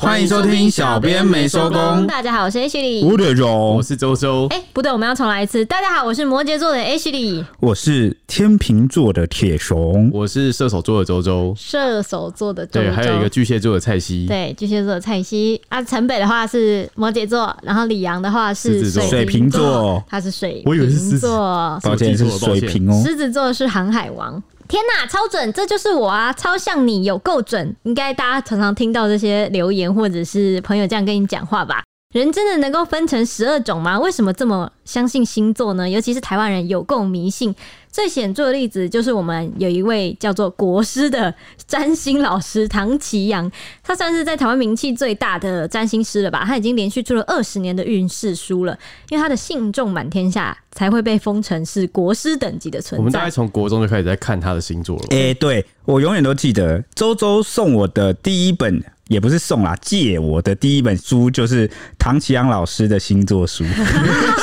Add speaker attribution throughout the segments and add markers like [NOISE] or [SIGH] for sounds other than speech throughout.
Speaker 1: 欢迎收听小编没收工
Speaker 2: 大家好，我是 H
Speaker 1: 吴
Speaker 2: 李。
Speaker 1: 德荣
Speaker 3: 我，是周周，
Speaker 2: 哎，不对，我们要重来一次。大家好，我是摩羯座的 H 李，
Speaker 1: 我是天秤座的铁熊。
Speaker 3: 我是射手座的周周，
Speaker 2: 射手座的周
Speaker 3: 对，
Speaker 2: 周，
Speaker 3: 还有一个巨蟹座的蔡西，
Speaker 2: 对巨蟹座的蔡西啊，城北的话是摩羯座，然后李阳的话
Speaker 3: 狮
Speaker 2: 是
Speaker 3: 子座
Speaker 1: 水瓶座，
Speaker 2: 他是水瓶座，
Speaker 3: 我以为是狮子
Speaker 1: 抱歉是水瓶哦。
Speaker 2: 狮子座是航海王。天呐，超准！这就是我啊，超像你，有够准。应该大家常常听到这些留言，或者是朋友这样跟你讲话吧。人真的能够分成十二种吗？为什么这么相信星座呢？尤其是台湾人有够迷信。最显著的例子就是我们有一位叫做国师的占星老师唐奇阳，他算是在台湾名气最大的占星师了吧？他已经连续出了二十年的运势书了，因为他的信众满天下，才会被封成是国师等级的
Speaker 3: 我
Speaker 2: 存
Speaker 3: 们大概
Speaker 2: 在。
Speaker 3: 从国中就开始在看他的星座了吧。
Speaker 1: 哎、对我永远都记得周周送我的第一本，也不是送啦，借我的第一本书就是唐奇阳老师的星座
Speaker 2: [LAUGHS]
Speaker 1: 书，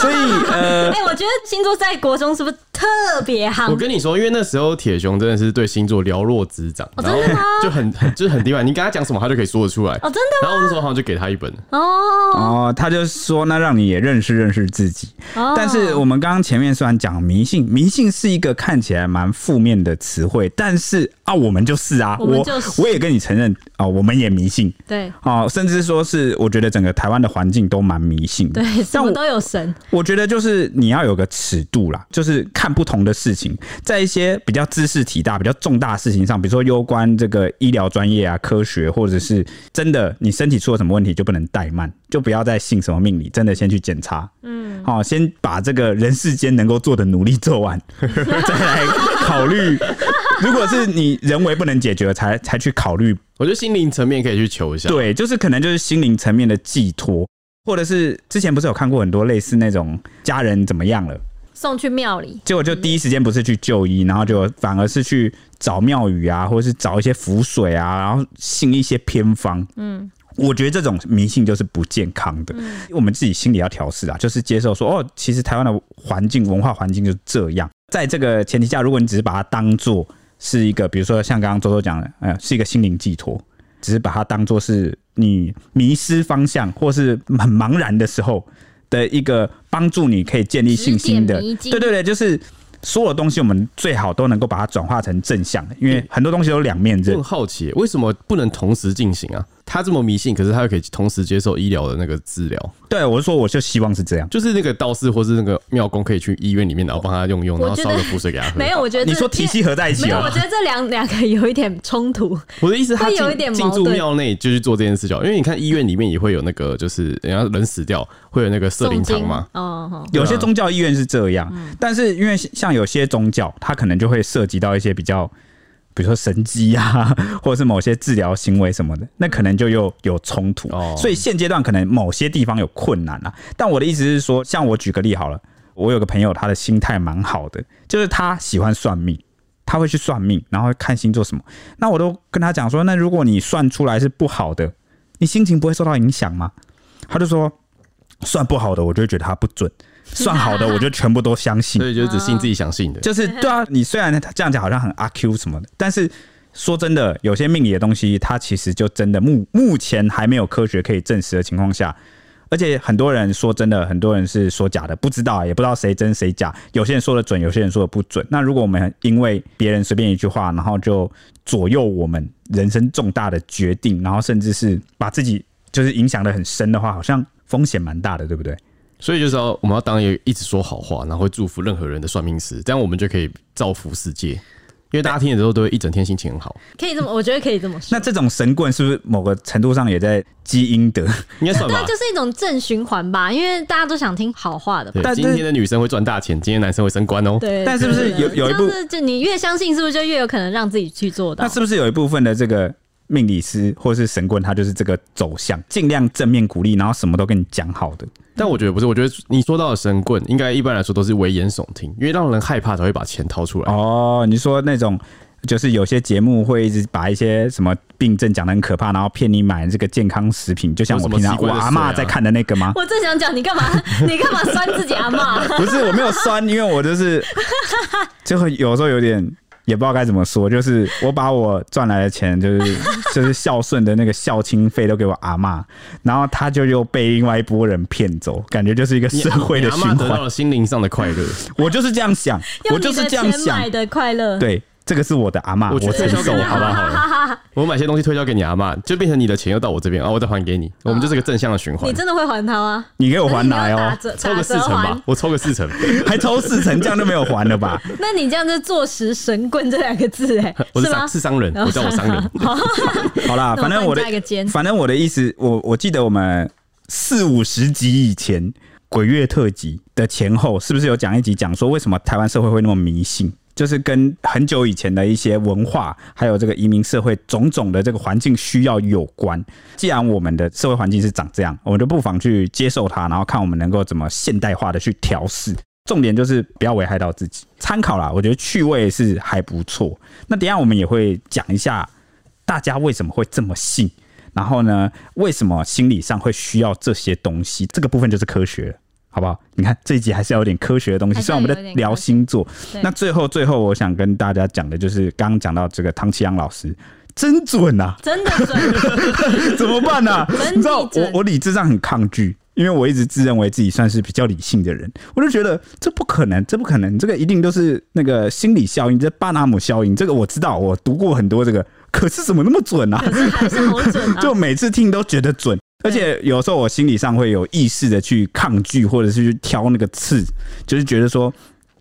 Speaker 1: 所以呃，
Speaker 2: 哎、我觉得星座在国中是不是特别
Speaker 3: 我
Speaker 2: 夯？
Speaker 3: 跟你说，因为那时候铁熊真的是对星座了若指掌，
Speaker 1: 哦
Speaker 3: 然后就很很就是很厉害，你跟他讲什么他就可以说得出来。
Speaker 2: 哦，真的
Speaker 3: 然后我那时候好像就给他一本，
Speaker 2: 哦
Speaker 1: 哦，他就说那让你也认识认识自己。
Speaker 2: 哦，
Speaker 1: 但是我们刚刚前面虽然讲迷信，迷信是一个看起来蛮负面的词汇，但是啊，我们就是啊，
Speaker 2: 我们就是
Speaker 1: 我也跟你承认啊、我们也迷信
Speaker 2: 对
Speaker 1: 啊、甚至说是我觉得整个台湾的环境都蛮迷信的。
Speaker 2: 对，什
Speaker 1: 但
Speaker 2: 么
Speaker 1: 我
Speaker 2: 都有神。
Speaker 1: 我觉得就是你要有个尺度啦，就是看不同的事情，在一些比较知识体大、比较重大的事情上，比如说攸关这个医疗专业啊、科学，或者是真的你身体出了什么问题，就不能怠慢，就不要再信什么命理，真的先去检查，嗯，好、先把这个人世间能够做的努力做完，再来考虑。如果是你人为不能解决，才才去考虑
Speaker 3: 我觉得心灵层面可以去求一下。，
Speaker 1: 对，就是可能就是心灵层面的寄托，或者是之前不是有看过很多类似那种家人怎么样了，
Speaker 2: 送去庙里，
Speaker 1: 结果就第一时间不是去就医，然后就反而是去找庙宇啊，或者是找一些符水啊，然后信一些偏方，嗯。我觉得这种迷信就是不健康的，
Speaker 2: 嗯
Speaker 1: 我们自己心里要调试啊，就是接受说哦，其实台湾的环境、文化环境就是这样。在这个前提下，如果你只是把它当做是一个，比如说像刚刚周周讲的，呃，是一个心灵寄托，只是把它当做是你迷失方向或是很茫然的时候的一个帮助，你可以建立信心的
Speaker 2: 指点迷。津啊
Speaker 1: 对对对，就是所有东西，我们最好都能够把它转化成正向的，因为很多东西都有两面
Speaker 3: 我
Speaker 1: 刃
Speaker 3: 很。好奇为什么不能同时进行啊？他这么迷信，可是他又可以同时接受医疗的那个治疗，
Speaker 1: 对，我是说，我就希望是这样。
Speaker 3: 就是那个道士或是那个庙公可以去医院里面，然后帮他用用，然后
Speaker 2: 我觉得
Speaker 3: 烧个符水给他喝。
Speaker 2: 没有，我觉得
Speaker 1: 你
Speaker 2: 这
Speaker 1: 说体系合在一起啊
Speaker 2: 没有，
Speaker 1: 了
Speaker 2: 我，觉得这两两个有一点冲突。
Speaker 3: 我的意思，他
Speaker 2: 会
Speaker 3: 进
Speaker 2: 有一点
Speaker 3: 进
Speaker 2: 矛
Speaker 3: 驻
Speaker 2: 盾
Speaker 3: 庙内就去做这件事情，因为你看医院里面也会有那个，就是人家人死掉会有那个设灵
Speaker 2: 诵
Speaker 3: 堂
Speaker 2: 经
Speaker 3: 嘛，
Speaker 2: 哦，哦
Speaker 1: 有些宗教医院是这样，但是因为像有些宗教，它可能就会涉及到一些比较，比如说神机啊， [LAUGHS] 或者是某些治疗行为什么的，那可能就又有冲突。
Speaker 3: 哦
Speaker 1: 所以现阶段可能某些地方有困难啊。但我的意思是说，像我举个例好了，我有个朋友，他的心态蛮好的，就是他喜欢算命。他会去算命，然后看星座什么。那我都跟他讲说，那如果你算出来是不好的，你心情不会受到影响吗？他就说，算不好的我就会觉得它不准，算好的我就全部都相信
Speaker 3: 所。以就只信自己想信的。
Speaker 2: 嗯
Speaker 1: 就是对啊，你虽然这样讲好像很阿 Q 什么的，但是说真的，有些命理的东西，它其实就真的目目前还没有科学可以证实的情况下，而且很多人说真的，很多人是说假的，不知道也不知道谁真谁假。有些人说的准，有些人说的不准。那如果我们因为别人随便一句话，然后就左右我们人生重大的决定，然后甚至是把自己就是影响的很深的话，好像风险蛮大的，对不对？
Speaker 3: 所以就是要我们要当一个一直说好话，然后会祝福任何人的算命师，这样我们就可以造福世界。因为大家听了之后都会一整天心情很好，
Speaker 2: 可以这么，我觉得可以这么说。
Speaker 1: 那这种神棍是不是某个程度上也在积阴德？
Speaker 3: 应该算吧
Speaker 2: 对，。就是一种正循环吧，因为大家都想听好话的吧。
Speaker 3: 对，
Speaker 1: 但是
Speaker 3: 今天的女生会赚大钱，今天男生会升官哦。
Speaker 2: 对，
Speaker 1: 但是不是
Speaker 2: 对对对
Speaker 1: 有有一部
Speaker 2: 这样子就你越相信，是不是就越有可能让自己去做到？
Speaker 1: 那？是不是有一部分的这个命理师或是神棍，他就是这个走向，尽量正面鼓励，然后什么都跟你讲好的？
Speaker 3: 但我觉得不是，我觉得你说到的神棍，应该一般来说都是危言耸听，因为让人害怕才会把钱掏出来。
Speaker 1: 哦，你说那种就是有些节目会一直把一些什么病症讲得很可怕，然后骗你买这个健康食品，就像我平常
Speaker 3: 有什么奇
Speaker 1: 我
Speaker 3: 怪的
Speaker 1: 阿
Speaker 3: 水啊
Speaker 1: 嬷在看的那个吗
Speaker 2: 我正想讲，你干嘛？ [LAUGHS] 你干嘛酸自己阿妈？ [LAUGHS]
Speaker 1: 不是，我没有酸，因为我就是就会有时候有点也不知道该怎么说，就是我把我赚来的钱，就是 [LAUGHS] 就是孝顺的那个孝亲费都给我阿嬷，然后他就又被另外一波人骗走，感觉就是一个社会的
Speaker 3: 你
Speaker 1: 循
Speaker 3: 阿嬷得
Speaker 1: 环
Speaker 3: 到。了心灵上的快乐。
Speaker 1: 我就是这样想， [LAUGHS] 我
Speaker 2: 用
Speaker 1: 就
Speaker 2: 你
Speaker 1: 是
Speaker 2: 的
Speaker 1: 这样
Speaker 2: 钱
Speaker 1: 想
Speaker 2: 买，的快乐，
Speaker 1: 对，这个是我的阿嬷，
Speaker 3: 我觉
Speaker 1: 我
Speaker 3: 得
Speaker 1: 承
Speaker 3: 这
Speaker 1: 受
Speaker 3: 种，
Speaker 1: 好不好？
Speaker 3: 我买些东西推销给你阿嬷，就变成你的钱又到我这边，啊，我再还给你，我们就是个正向的循环
Speaker 2: 哦你。真的会还他吗？
Speaker 1: 你给我还来
Speaker 2: 那你要打
Speaker 1: 哦，
Speaker 2: 折
Speaker 3: 抽
Speaker 2: 打
Speaker 3: 个四
Speaker 2: 折
Speaker 3: 成吧
Speaker 2: 还，，
Speaker 3: 我抽个四
Speaker 2: [LAUGHS]
Speaker 3: 成，，
Speaker 1: 还抽四成，这样就没有还了吧？
Speaker 2: 那你这样就坐实“神棍”这两个字，
Speaker 1: [LAUGHS]
Speaker 2: 哎
Speaker 3: 我是
Speaker 2: 是
Speaker 3: 商
Speaker 2: 吗？哦
Speaker 3: 是商
Speaker 2: [LAUGHS]
Speaker 3: 人，我叫我商人。
Speaker 2: 好
Speaker 1: 好
Speaker 2: 那我
Speaker 1: 啦，啊反正我的
Speaker 2: 帮你加一个尖
Speaker 1: 反正我的意思，我我记得我们四五十集以前鬼月特辑的前后，是不是有讲一集讲说为什么台湾社会会那么迷信？就是跟很久以前的一些文化，还有这个移民社会种种的这个环境需要有关。既然我们的社会环境是长这样，我们就不妨去接受它，然后看我们能够怎么现代化的去调试。重点就是不要危害到自己，参考啦，我觉得趣味是还不错。那等一下我们也会讲一下大家为什么会这么信，然后呢，为什么心理上会需要这些东西？这个部分就是科学了，好不好？你看这一集还是要有点科学的东
Speaker 2: [LAUGHS]
Speaker 1: 西，
Speaker 2: 还是
Speaker 1: 虽
Speaker 2: 要
Speaker 1: 然我们在
Speaker 2: 有一点
Speaker 1: 聊
Speaker 2: 科学
Speaker 1: 星座。
Speaker 2: 对
Speaker 1: 那最后最后，我想跟大家讲的就是刚刚讲到这个汤启阳老师。真准啊！
Speaker 2: 真的准，
Speaker 1: 怎么办呢、啊
Speaker 2: 真
Speaker 1: 你知道
Speaker 2: 地
Speaker 1: 我
Speaker 2: 震
Speaker 1: 我理智上很抗拒，因为我一直自认为自己算是比较理性的人，我就觉得这不可能，这不可能，这个一定都是那个心理效应，这巴纳姆效应，这个我知道，我读过很多这个，可是怎么那么准啊？
Speaker 2: 可是还是好准啊！
Speaker 1: 就每次听都觉得准。而且有时候我心理上会有意识的去抗拒，或者是去挑那个刺，就是觉得说，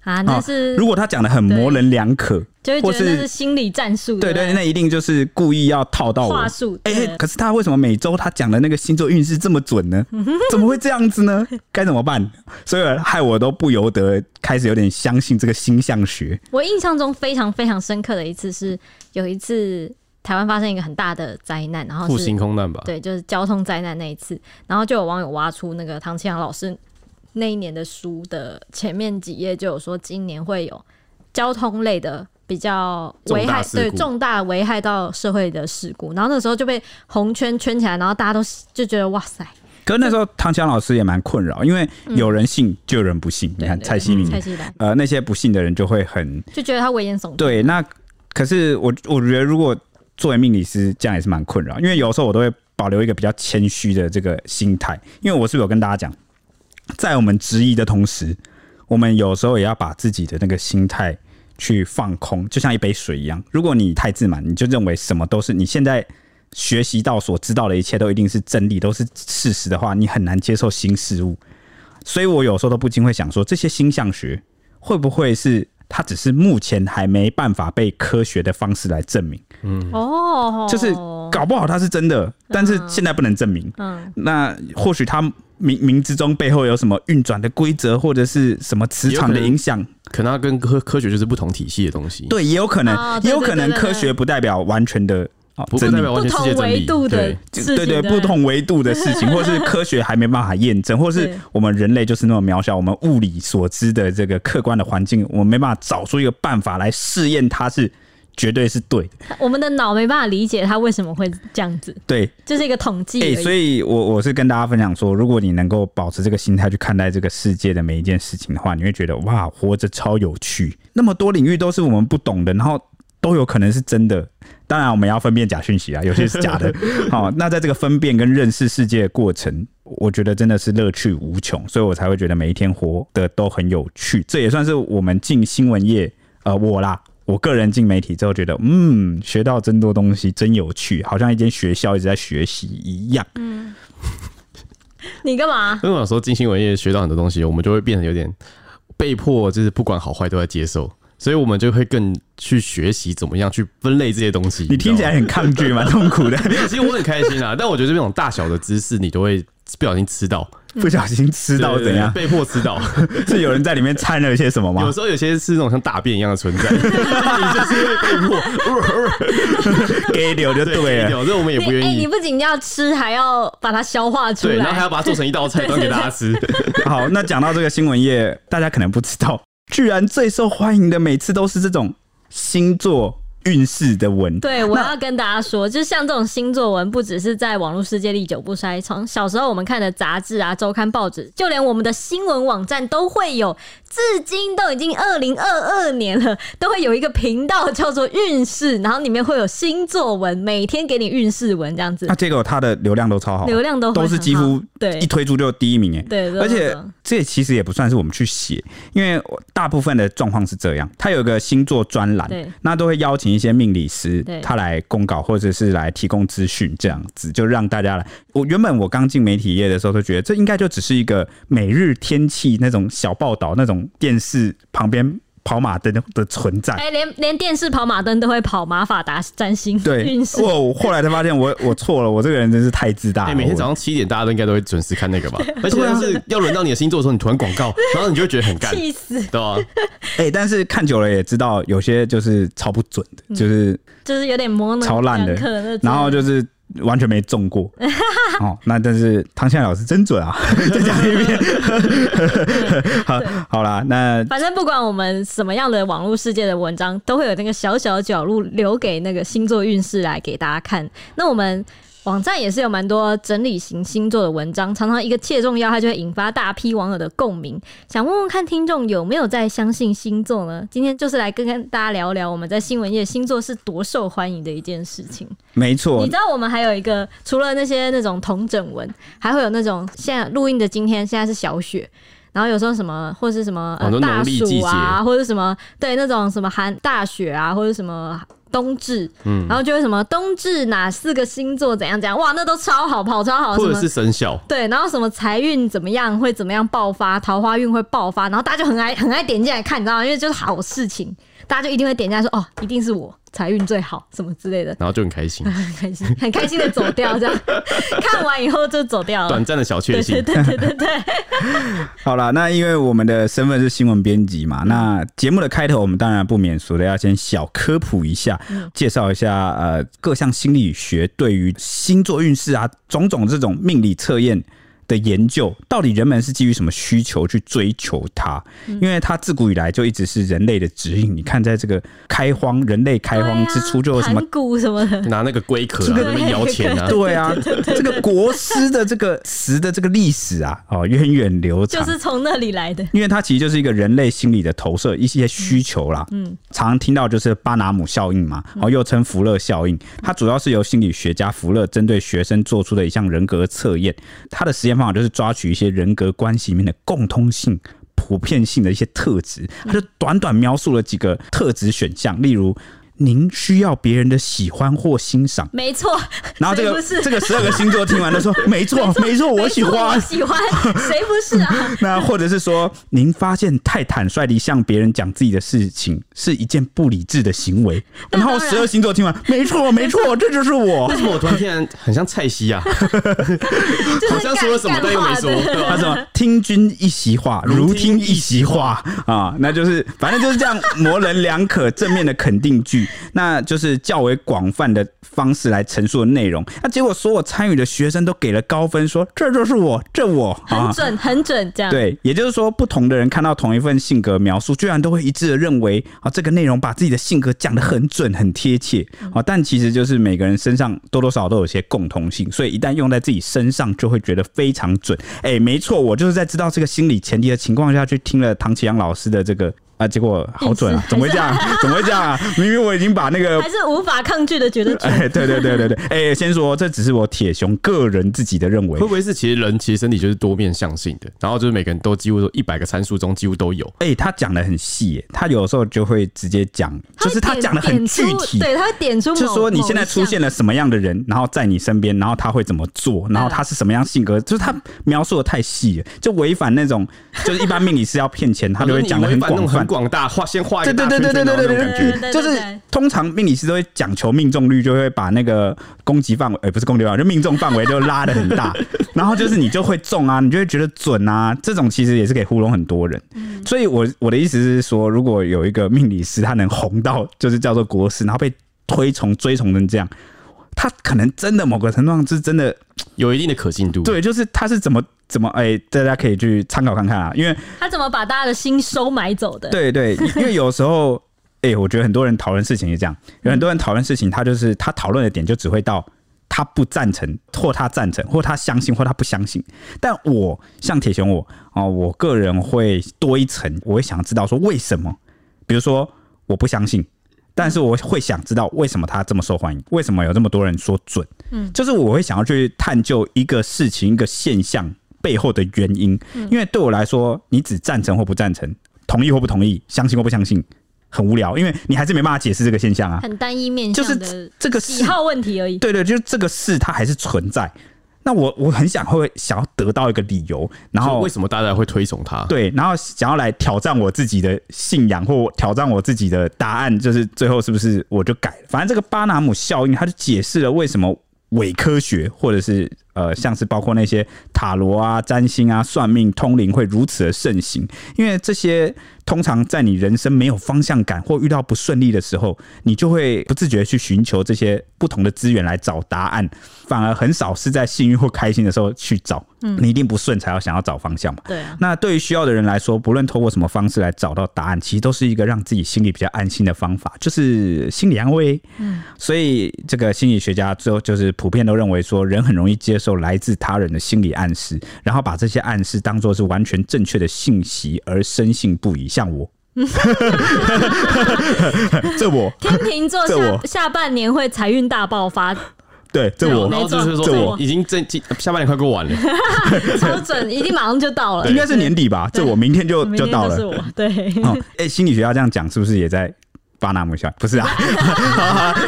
Speaker 2: 啊，那是
Speaker 1: 如果他讲的很模棱两可，
Speaker 2: 就会
Speaker 1: 或
Speaker 2: 觉得那
Speaker 1: 是
Speaker 2: 是心理战术，
Speaker 1: 对
Speaker 2: 对
Speaker 1: 对，那一定就是故意要套到
Speaker 2: 不对
Speaker 1: 我
Speaker 2: 话。术，
Speaker 1: 哎、
Speaker 2: 对
Speaker 1: 可是他为什么每周他讲的那个星座运势这么
Speaker 2: [LAUGHS]
Speaker 1: 准呢？怎么会这样子呢？该怎么办？所以害我都不由得开始有点相信这个星象学。
Speaker 2: 我印象中非常非常深刻的一次是有一次台湾发生一个很大的灾难，然后
Speaker 3: 复
Speaker 2: 是
Speaker 3: 兴空难吧，
Speaker 2: 对，就是交通灾难那一次，然后就有网友挖出那个唐奇阳老师那一年的书的前面几页，就有说今年会有交通类的比较危害，
Speaker 3: 重大事
Speaker 2: 对
Speaker 3: 故
Speaker 2: 重大危害到社会的事故，然后那时候就被红圈圈起来，然后大家都就觉得哇塞，
Speaker 1: 可是那时候唐强老师也蛮困扰，因为有人信就有人不信。你
Speaker 2: 嗯对
Speaker 1: 看
Speaker 2: 对
Speaker 1: 蔡
Speaker 2: 对
Speaker 1: 希
Speaker 2: 蔡
Speaker 1: 明，
Speaker 2: 西来
Speaker 1: 呃，那些不信的人就会很
Speaker 2: 就觉得他危言耸听，
Speaker 1: 对，那可是我我觉得，如果作为命理师，这样也是蛮困扰，因为有时候我都会保留一个比较谦虚的这个心态，因为我是不是有跟大家讲，在我们质疑的同时，我们有时候也要把自己的那个心态去放空，就像一杯水一样。如果你太自满，你就认为什么都是你现在。学习到所知道的一切都一定是真理，都是事实的话，你很难接受新事物。所以我有时候都不禁会想说，这些星象学会不会是它只是目前还没办法被科学的方式来证明？
Speaker 2: 哦，
Speaker 1: 就是搞不好它是真的，但是现在不能证明。
Speaker 2: 嗯，
Speaker 1: 那或许它冥冥之中背后有什么运转的规则，或者是什么磁场的影
Speaker 2: 嗯
Speaker 1: 响？
Speaker 3: 可能它跟科科学就是不同体系的东西，，
Speaker 1: 对，也有可能，
Speaker 2: 哦对
Speaker 1: 也有可能
Speaker 2: 对对对
Speaker 1: 科学不代表完全的哦
Speaker 3: 不不
Speaker 1: 真
Speaker 3: 代
Speaker 1: 理
Speaker 3: 表。啊完
Speaker 2: 不
Speaker 3: 全世
Speaker 2: 同
Speaker 3: 界真
Speaker 2: 维
Speaker 3: 理，
Speaker 2: 度的
Speaker 3: 对，
Speaker 2: 事情，
Speaker 1: 对对，不同维度的事
Speaker 2: [LAUGHS]
Speaker 1: 情，或是科学还没办法验证，或是
Speaker 2: 对
Speaker 1: 我们人类就是那么渺小，我们物理所知的这个客观的环境，我们没办法找出一个办法来试验它是绝对是对的。
Speaker 2: 我们的脑没办法理解他为什么会这样子，
Speaker 1: 对，
Speaker 2: 就是一个统计而
Speaker 1: 哎、
Speaker 2: 已，
Speaker 1: 所以我我是跟大家分享说，如果你能够保持这个心态去看待这个世界的每一件事情的话，你会觉得哇，活着超有趣，那么多领域都是我们不懂的，然后都有可能是真的。当然，我们要分辨假讯息啊，有些是
Speaker 2: [LAUGHS]
Speaker 1: 假的。
Speaker 3: [LAUGHS]
Speaker 1: 好、那在这个分辨跟认识世界的过程，我觉得真的是乐趣无穷，所以我才会觉得每一天活得都很有趣。这也算是我们进新闻业，呃，我啦，我个人进媒体之后觉得，嗯，学到真多东西，真有趣，好像一间学校一直在学习一样。
Speaker 3: 嗯
Speaker 2: 你干嘛？
Speaker 3: 因为有时候进新闻业学到很多东西，我们就会变得有点被迫，就是不管好坏都在接受，所以我们就会更去学习怎么样去分类这些东西。
Speaker 1: 你听起来很抗拒，蛮痛
Speaker 3: [LAUGHS]
Speaker 1: 苦
Speaker 3: 知
Speaker 1: 的，
Speaker 3: 道吗，没有，其实我很开心
Speaker 1: [LAUGHS]
Speaker 3: 啊，但我觉得这种大小的知识，你都会不小心吃到，
Speaker 1: 不小心吃到
Speaker 3: 对对
Speaker 1: 怎
Speaker 3: 对
Speaker 1: 样？
Speaker 3: 被迫吃到。
Speaker 1: 是有人在里面掺了一些什么
Speaker 3: 有
Speaker 1: 吗？
Speaker 3: 时候有些是那种像大便一样的存在，你就是会被迫，
Speaker 1: 给流就对了。
Speaker 3: 这我们也
Speaker 2: 你
Speaker 3: 不愿
Speaker 2: 哎
Speaker 3: 意
Speaker 2: 你。不仅要吃，还要把它消化出
Speaker 3: 对，
Speaker 2: 来，
Speaker 3: 然后还要把它做成一道菜端给大家吃。
Speaker 1: 好，那讲到这个新闻业，大家可能不知道，居然最受欢迎的每次都是这种星座运势的文。
Speaker 2: 对，我要跟大家说，就是像这种星座文，不只是在网络世界历久不衰，从小时候我们看的杂志啊、周刊、报纸，就连我们的新闻网站都会有，至今都已经二零二二年了，都会有一个频道叫做运势，然后里面会有星座文，每天给你运势文这样子
Speaker 1: 那、，结果它的流量都超好，
Speaker 2: 流量都会
Speaker 1: 都是
Speaker 2: 很
Speaker 1: 几乎
Speaker 2: 好对
Speaker 1: 一推出就第一名哎。
Speaker 2: 对，
Speaker 1: 而且
Speaker 2: 对对
Speaker 1: 这其实也不算是我们去写，因为我大部分的状况是这样，它有一个星座专栏
Speaker 2: 对，
Speaker 1: 那都会邀请一些命理师
Speaker 2: 对，
Speaker 1: 他来公稿或者是来提供资讯，这样子就让大家来。我原本我刚进媒体业的时候，都觉得这应该就只是一个每日天气那种小报道，那种电视旁边跑马灯的存在。
Speaker 2: 哎、连连电视跑马灯都会跑马法达占星
Speaker 1: 对
Speaker 2: 运，势，
Speaker 1: 我我后来才发现我我错了，我这个人真是太自大
Speaker 3: 哎、
Speaker 1: 了。
Speaker 3: 每天
Speaker 1: 我
Speaker 3: 早上七点，大家都应该都会准时看那个吧？而且就是要轮到你的星座的时候，你突然广告，然后你就会觉得很干，
Speaker 2: 气死！
Speaker 3: 对吧、
Speaker 1: 哎、但是看久了也知道，有些就是超不准的，就是
Speaker 2: 就是有点模棱
Speaker 1: 超烂的
Speaker 2: 两可那种
Speaker 1: 然后就是完全没中 [LAUGHS] 过。哦，那但是汤现老师真准啊！ [LAUGHS] 再讲一遍， [LAUGHS] 好，好啦，那
Speaker 2: 反正不管我们什么样的网络世界的文章，都会有那个小小的角落留给那个星座运势来给大家看。那我们。网站也是有蛮多整理型星座的文章，常常一个切中要害就会引发大批网友的共鸣。想问问看听众有没有在相信星座呢？今天就是来跟跟大家聊聊我们在新闻业星座是多受欢迎的一件事情。
Speaker 1: 没
Speaker 2: 你
Speaker 1: 错
Speaker 2: 知，道我们还有一个，除了那些那种同整文，还会有那种现在录音的今天现在是小雪。然后有时候什么，或是什么、呃
Speaker 3: 哦都
Speaker 2: 大
Speaker 3: 农历季
Speaker 2: 暑
Speaker 3: 节
Speaker 2: 啊，或者什么对那种什么寒大雪啊，或者什么冬至，
Speaker 3: 嗯
Speaker 2: 然后就会什么冬至哪四个星座怎样怎样，哇，那都超好，跑超好，什
Speaker 3: 或者
Speaker 2: 么
Speaker 3: 是生肖，
Speaker 2: 对，然后什么财运怎么样会怎么样爆发，桃花运会爆发，然后大家就很爱很爱点进来看，你知道吗？因为就是好事情，大家就一定会点进来说哦，一定是我财运最好什么之类的。
Speaker 3: 然后就很开心，
Speaker 2: 很开心， [LAUGHS] 很开心的走掉，
Speaker 1: [LAUGHS]
Speaker 2: 这样看完以后就走掉了
Speaker 3: 短。暂的小确
Speaker 2: 对
Speaker 3: 幸
Speaker 2: 对。对对对对，
Speaker 1: 好啦，那因为我们的身份是新闻编辑嘛，那节目的开头我们当然不免俗的要先小科普一下，介绍一下呃各项心理学对于星座运势啊种种这种命理测验。的研究到底人们是基于什么需求去追求它？因为它自古以来就一直是人类的指引。你看，在这个开荒、人类开荒之初，就有什么
Speaker 2: 啊盘古什么
Speaker 1: [LAUGHS]
Speaker 2: 的，
Speaker 3: 拿那个龟壳啊，在那边摇钱啊，
Speaker 1: 对啊，这个国师的这个词的这个历史啊，哦，源远流长，
Speaker 2: 就是从那里来的。
Speaker 1: 因为它其实就是一个人类心理的投射，一些需求啦。嗯，常听到就是巴纳姆效应嘛，
Speaker 2: 嗯
Speaker 1: 然后又称福勒效应。它主要是由心理学家福勒针对学生做出的一项人格测验。他的实验方法就是抓取一些人格关系里面的共通性。普遍性的一些特质，
Speaker 2: 嗯
Speaker 1: 他就短短描述了几个特质选项，例如您需要别人的喜欢或欣赏，
Speaker 2: 没错，
Speaker 1: 然后这
Speaker 2: 谁不
Speaker 1: 个
Speaker 2: 是
Speaker 1: 这个十二个星座听完都说没错没错，我喜
Speaker 2: 没错
Speaker 1: 欢
Speaker 2: 我。喜欢，
Speaker 1: [LAUGHS]
Speaker 2: 谁不是啊？
Speaker 1: 那或者是说，您发现太坦率地向别人讲自己的事情是一件不理智的行为，
Speaker 2: 那
Speaker 1: 然
Speaker 2: 当然
Speaker 1: 后十二星座听完，没错没错，这就是我
Speaker 3: 为。什么我突然天然很像蔡西啊？好像说了什么，但又没说，对
Speaker 1: 他
Speaker 3: 吧？
Speaker 1: 说：“听君一席话，如听一席话啊，那就是反正就是这样模棱两可，正面的肯定句，那就是较为广泛的方式来陈述的内容。那结果所有参与的学生都给了高分，说这就是我，这我啊
Speaker 2: 很，准很准，这样。
Speaker 1: 对，也就是说，不同的人看到同一份性格描述，居然都会一致的认为啊，这个内容把自己的性格讲得很准、很贴切啊。但其实就是每个人身上多多少少都有些共同性，所以一旦用在自己身上，就会觉得非常准。哎、没错，我就是在知道这个心理前提的情况下去听了唐启阳老师的这个。啊，结果好准啊！怎么会这样？怎么会这样啊？明明我已经把那个
Speaker 2: 还是无法抗拒的，觉得准
Speaker 1: 哎，对对对对对，哎、先说这只是我铁熊个人自己的认为
Speaker 3: 会，不会是其实人其实身体就是多面向性的，然后就是每个人都几乎都一百个参数中几乎都有，
Speaker 1: 哎、他讲的很细耶，他有时候就会直接讲，就是他
Speaker 2: 会
Speaker 1: 讲的
Speaker 2: 点
Speaker 1: 很具
Speaker 2: 点出
Speaker 1: 体，
Speaker 2: 对，他会点出某，
Speaker 1: 就是说你现在出现了什么样的人，然后在你身边，然后他会怎么做，然后
Speaker 2: 啊
Speaker 1: 他是什么样性格，就是他描述的太细了，就违反那种就是一般命理师要骗钱，他就会讲的
Speaker 3: 很
Speaker 1: 很
Speaker 3: 那
Speaker 1: 广
Speaker 3: 种
Speaker 1: 泛
Speaker 3: 很。广大，画先画一
Speaker 1: 对
Speaker 3: 个
Speaker 1: 对
Speaker 3: 大圈
Speaker 1: 对对
Speaker 3: 圈，然
Speaker 1: 对
Speaker 3: 后那种
Speaker 1: 对对对
Speaker 3: 感
Speaker 2: 对
Speaker 3: 觉。
Speaker 2: 对对
Speaker 1: 就是通常命理师都会讲求命中率，就会把那个攻击范围，呃，不是攻击范围，就命中范围就拉的很 [LAUGHS] 大，然后就是你就会中啊，你就会觉得准啊，这种其实也是可以糊弄很多人。所以我我的意思是说，如果有一个命理师他能红到就是叫做国师，然后被推崇追崇成这样。他可能真的某个程度上是真的，
Speaker 3: 有一定的可信度。
Speaker 1: 对，就是他是怎么怎么，哎、大家可以去参考看看啊，因为
Speaker 2: 他怎么把大家的心收买走的？
Speaker 1: 对对，因为有时候。哎、我觉得很多人讨论事情也这样，有很多人讨论事情，他就是他讨论的点就只会到他不赞成，或他赞成，或他相信，或他不相信。但我像铁熊我哦，我个人会多一层，我会想知道说为什么，比如说我不相信。但是我会想知道为什么他这么受欢迎，为什么有这么多人说准？嗯，就是我会想要去探究一个事情、一个现象背后的原因，
Speaker 2: 嗯
Speaker 1: 因为对我来说，你只赞成或不赞成，同意或不同意，相信或不相信，很无聊，因为你还是没办法解释这个现象啊。
Speaker 2: 很单一面
Speaker 1: 就
Speaker 2: 向
Speaker 1: 是
Speaker 2: 的
Speaker 1: 这这个
Speaker 2: 喜
Speaker 1: 事，
Speaker 2: 好问题而已。
Speaker 1: 对对，就是这个事它还是存在。那我我很想会想要得到一个理由，然
Speaker 3: 就
Speaker 1: 后
Speaker 3: 为什么大家会推崇他？
Speaker 1: 对，然后想要来挑战我自己的信仰或挑战我自己的答案，就是最后是不是我就改了？反正这个巴纳姆效应，它就解释了为什么伪科学或者是呃，像是包括那些塔罗啊、占星啊、算命、通灵会如此的盛行，因为这些通常在你人生没有方向感或遇到不顺利的时候，你就会不自觉地去寻求这些不同的资源来找答案，反而很少是在幸运或开心的时候去找。你一定不顺才要想要找方向嘛。
Speaker 2: 对啊，
Speaker 1: 那对于需要的人来说，不论透过什么方式来找到答案，其实都是一个让自己心里比较安心的方法，就是心理安慰。嗯，所以这个心理学家最后就是普遍都认为说，人很容易接受来自他人的心理暗示，然后把这些暗示当做是完全正确的信息而深信不疑。像
Speaker 2: [LAUGHS]
Speaker 1: 我，这我
Speaker 2: 天秤座
Speaker 1: 这
Speaker 2: 下
Speaker 1: 我
Speaker 2: 下半年会财运大爆发，
Speaker 1: 对这我
Speaker 3: 然后就是
Speaker 1: 这
Speaker 3: 说
Speaker 1: 我
Speaker 3: 已经这这下半年快过完 [LAUGHS] 了，
Speaker 2: 超准，一定马上就到 [LAUGHS] 了。
Speaker 1: 应该是年底吧，这我明天就
Speaker 2: 明
Speaker 1: 就
Speaker 2: 天
Speaker 1: 到了
Speaker 2: 就。是我，对，
Speaker 1: 哦，哎、心理学家这样讲是不是也在巴纳姆效应？不是啊，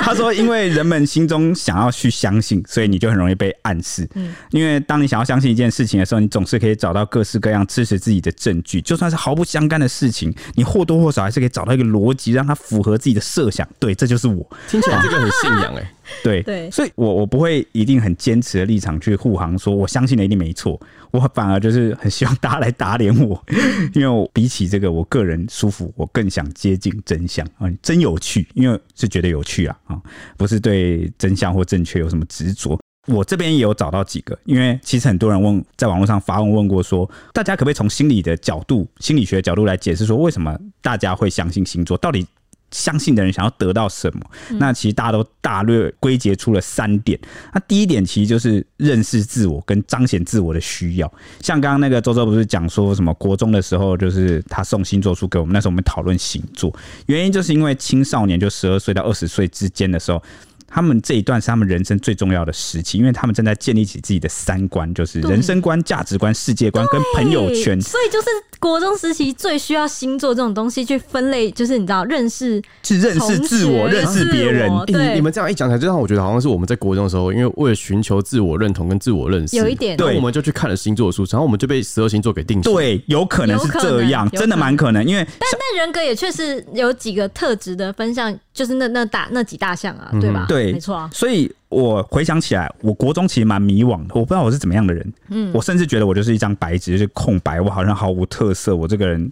Speaker 1: 他说因为人们心中想要去相信，所以你就很容易被暗示。因为当你想要相信一件事情的时候，你总是可以找到各式各样支持自己的证据，就算是毫不相干的事情，你或多或少还是可以找到一个逻辑，让它符合自己的设想。对，这就是我。
Speaker 3: 听起来这个很信仰哎，
Speaker 1: 对，
Speaker 2: 对
Speaker 1: 所以我我不会一定很坚持的立场去护航，说我相信的一定没错，我反而就是很希望大家来打脸我， [LAUGHS] 因为我比起这个，我个人舒服，我更想接近真相啊、真有趣，因为是觉得有趣啊啊、不是对真相或正确有什么执着。我这边也有找到几个，因为其实很多人问，在网络上发问问过说，大家可不可以从心理的角度、心理学的角度来解释说，为什么大家会相信星座？到底相信的人想要得到什么？
Speaker 2: 嗯
Speaker 1: 那其实大家都大略归结出了三点。那第一点其实就是认识自我跟彰显自我的需要。像刚刚那个周周不是讲说什么国中的时候，就是他送星座书给我们，那时候我们讨论星座，原因就是因为青少年就十二岁到二十岁之间的时候。他们这一段是他们人生最重要的时期，因为他们正在建立起自己的三观，就是人生观、价值观、世界观跟 [LAUGHS] 朋友圈
Speaker 2: 对。所以就是国中时期最需要星座这种东西去分类，就是你知道认识
Speaker 1: 去认识自我、
Speaker 2: 同学
Speaker 1: 认识别人
Speaker 2: 自。我
Speaker 1: [LAUGHS]
Speaker 3: 欸你
Speaker 2: 对
Speaker 3: 你们这样一讲起来，就让我觉得好像是我们在国中的时候，因为为了寻求自我认同跟自我认识，
Speaker 2: 有一点
Speaker 1: 对
Speaker 3: 然后我们就去看了星座的书，然后我们就被十二星座给定型。
Speaker 1: 对，有可能是
Speaker 2: 有可能
Speaker 1: 这样，
Speaker 2: 有可能
Speaker 1: 真的蛮可能，因为
Speaker 2: 但人格也确实有几个特质的分项，就是那那大那几大项啊，对吧？
Speaker 1: 嗯对
Speaker 2: 没错啊。
Speaker 1: 所以我回想起来，我国中其实蛮迷惘的，我不知道我是怎么样的人。嗯，我甚至觉得我就是一张白纸，就是空白，我好像毫无特色，我这个人。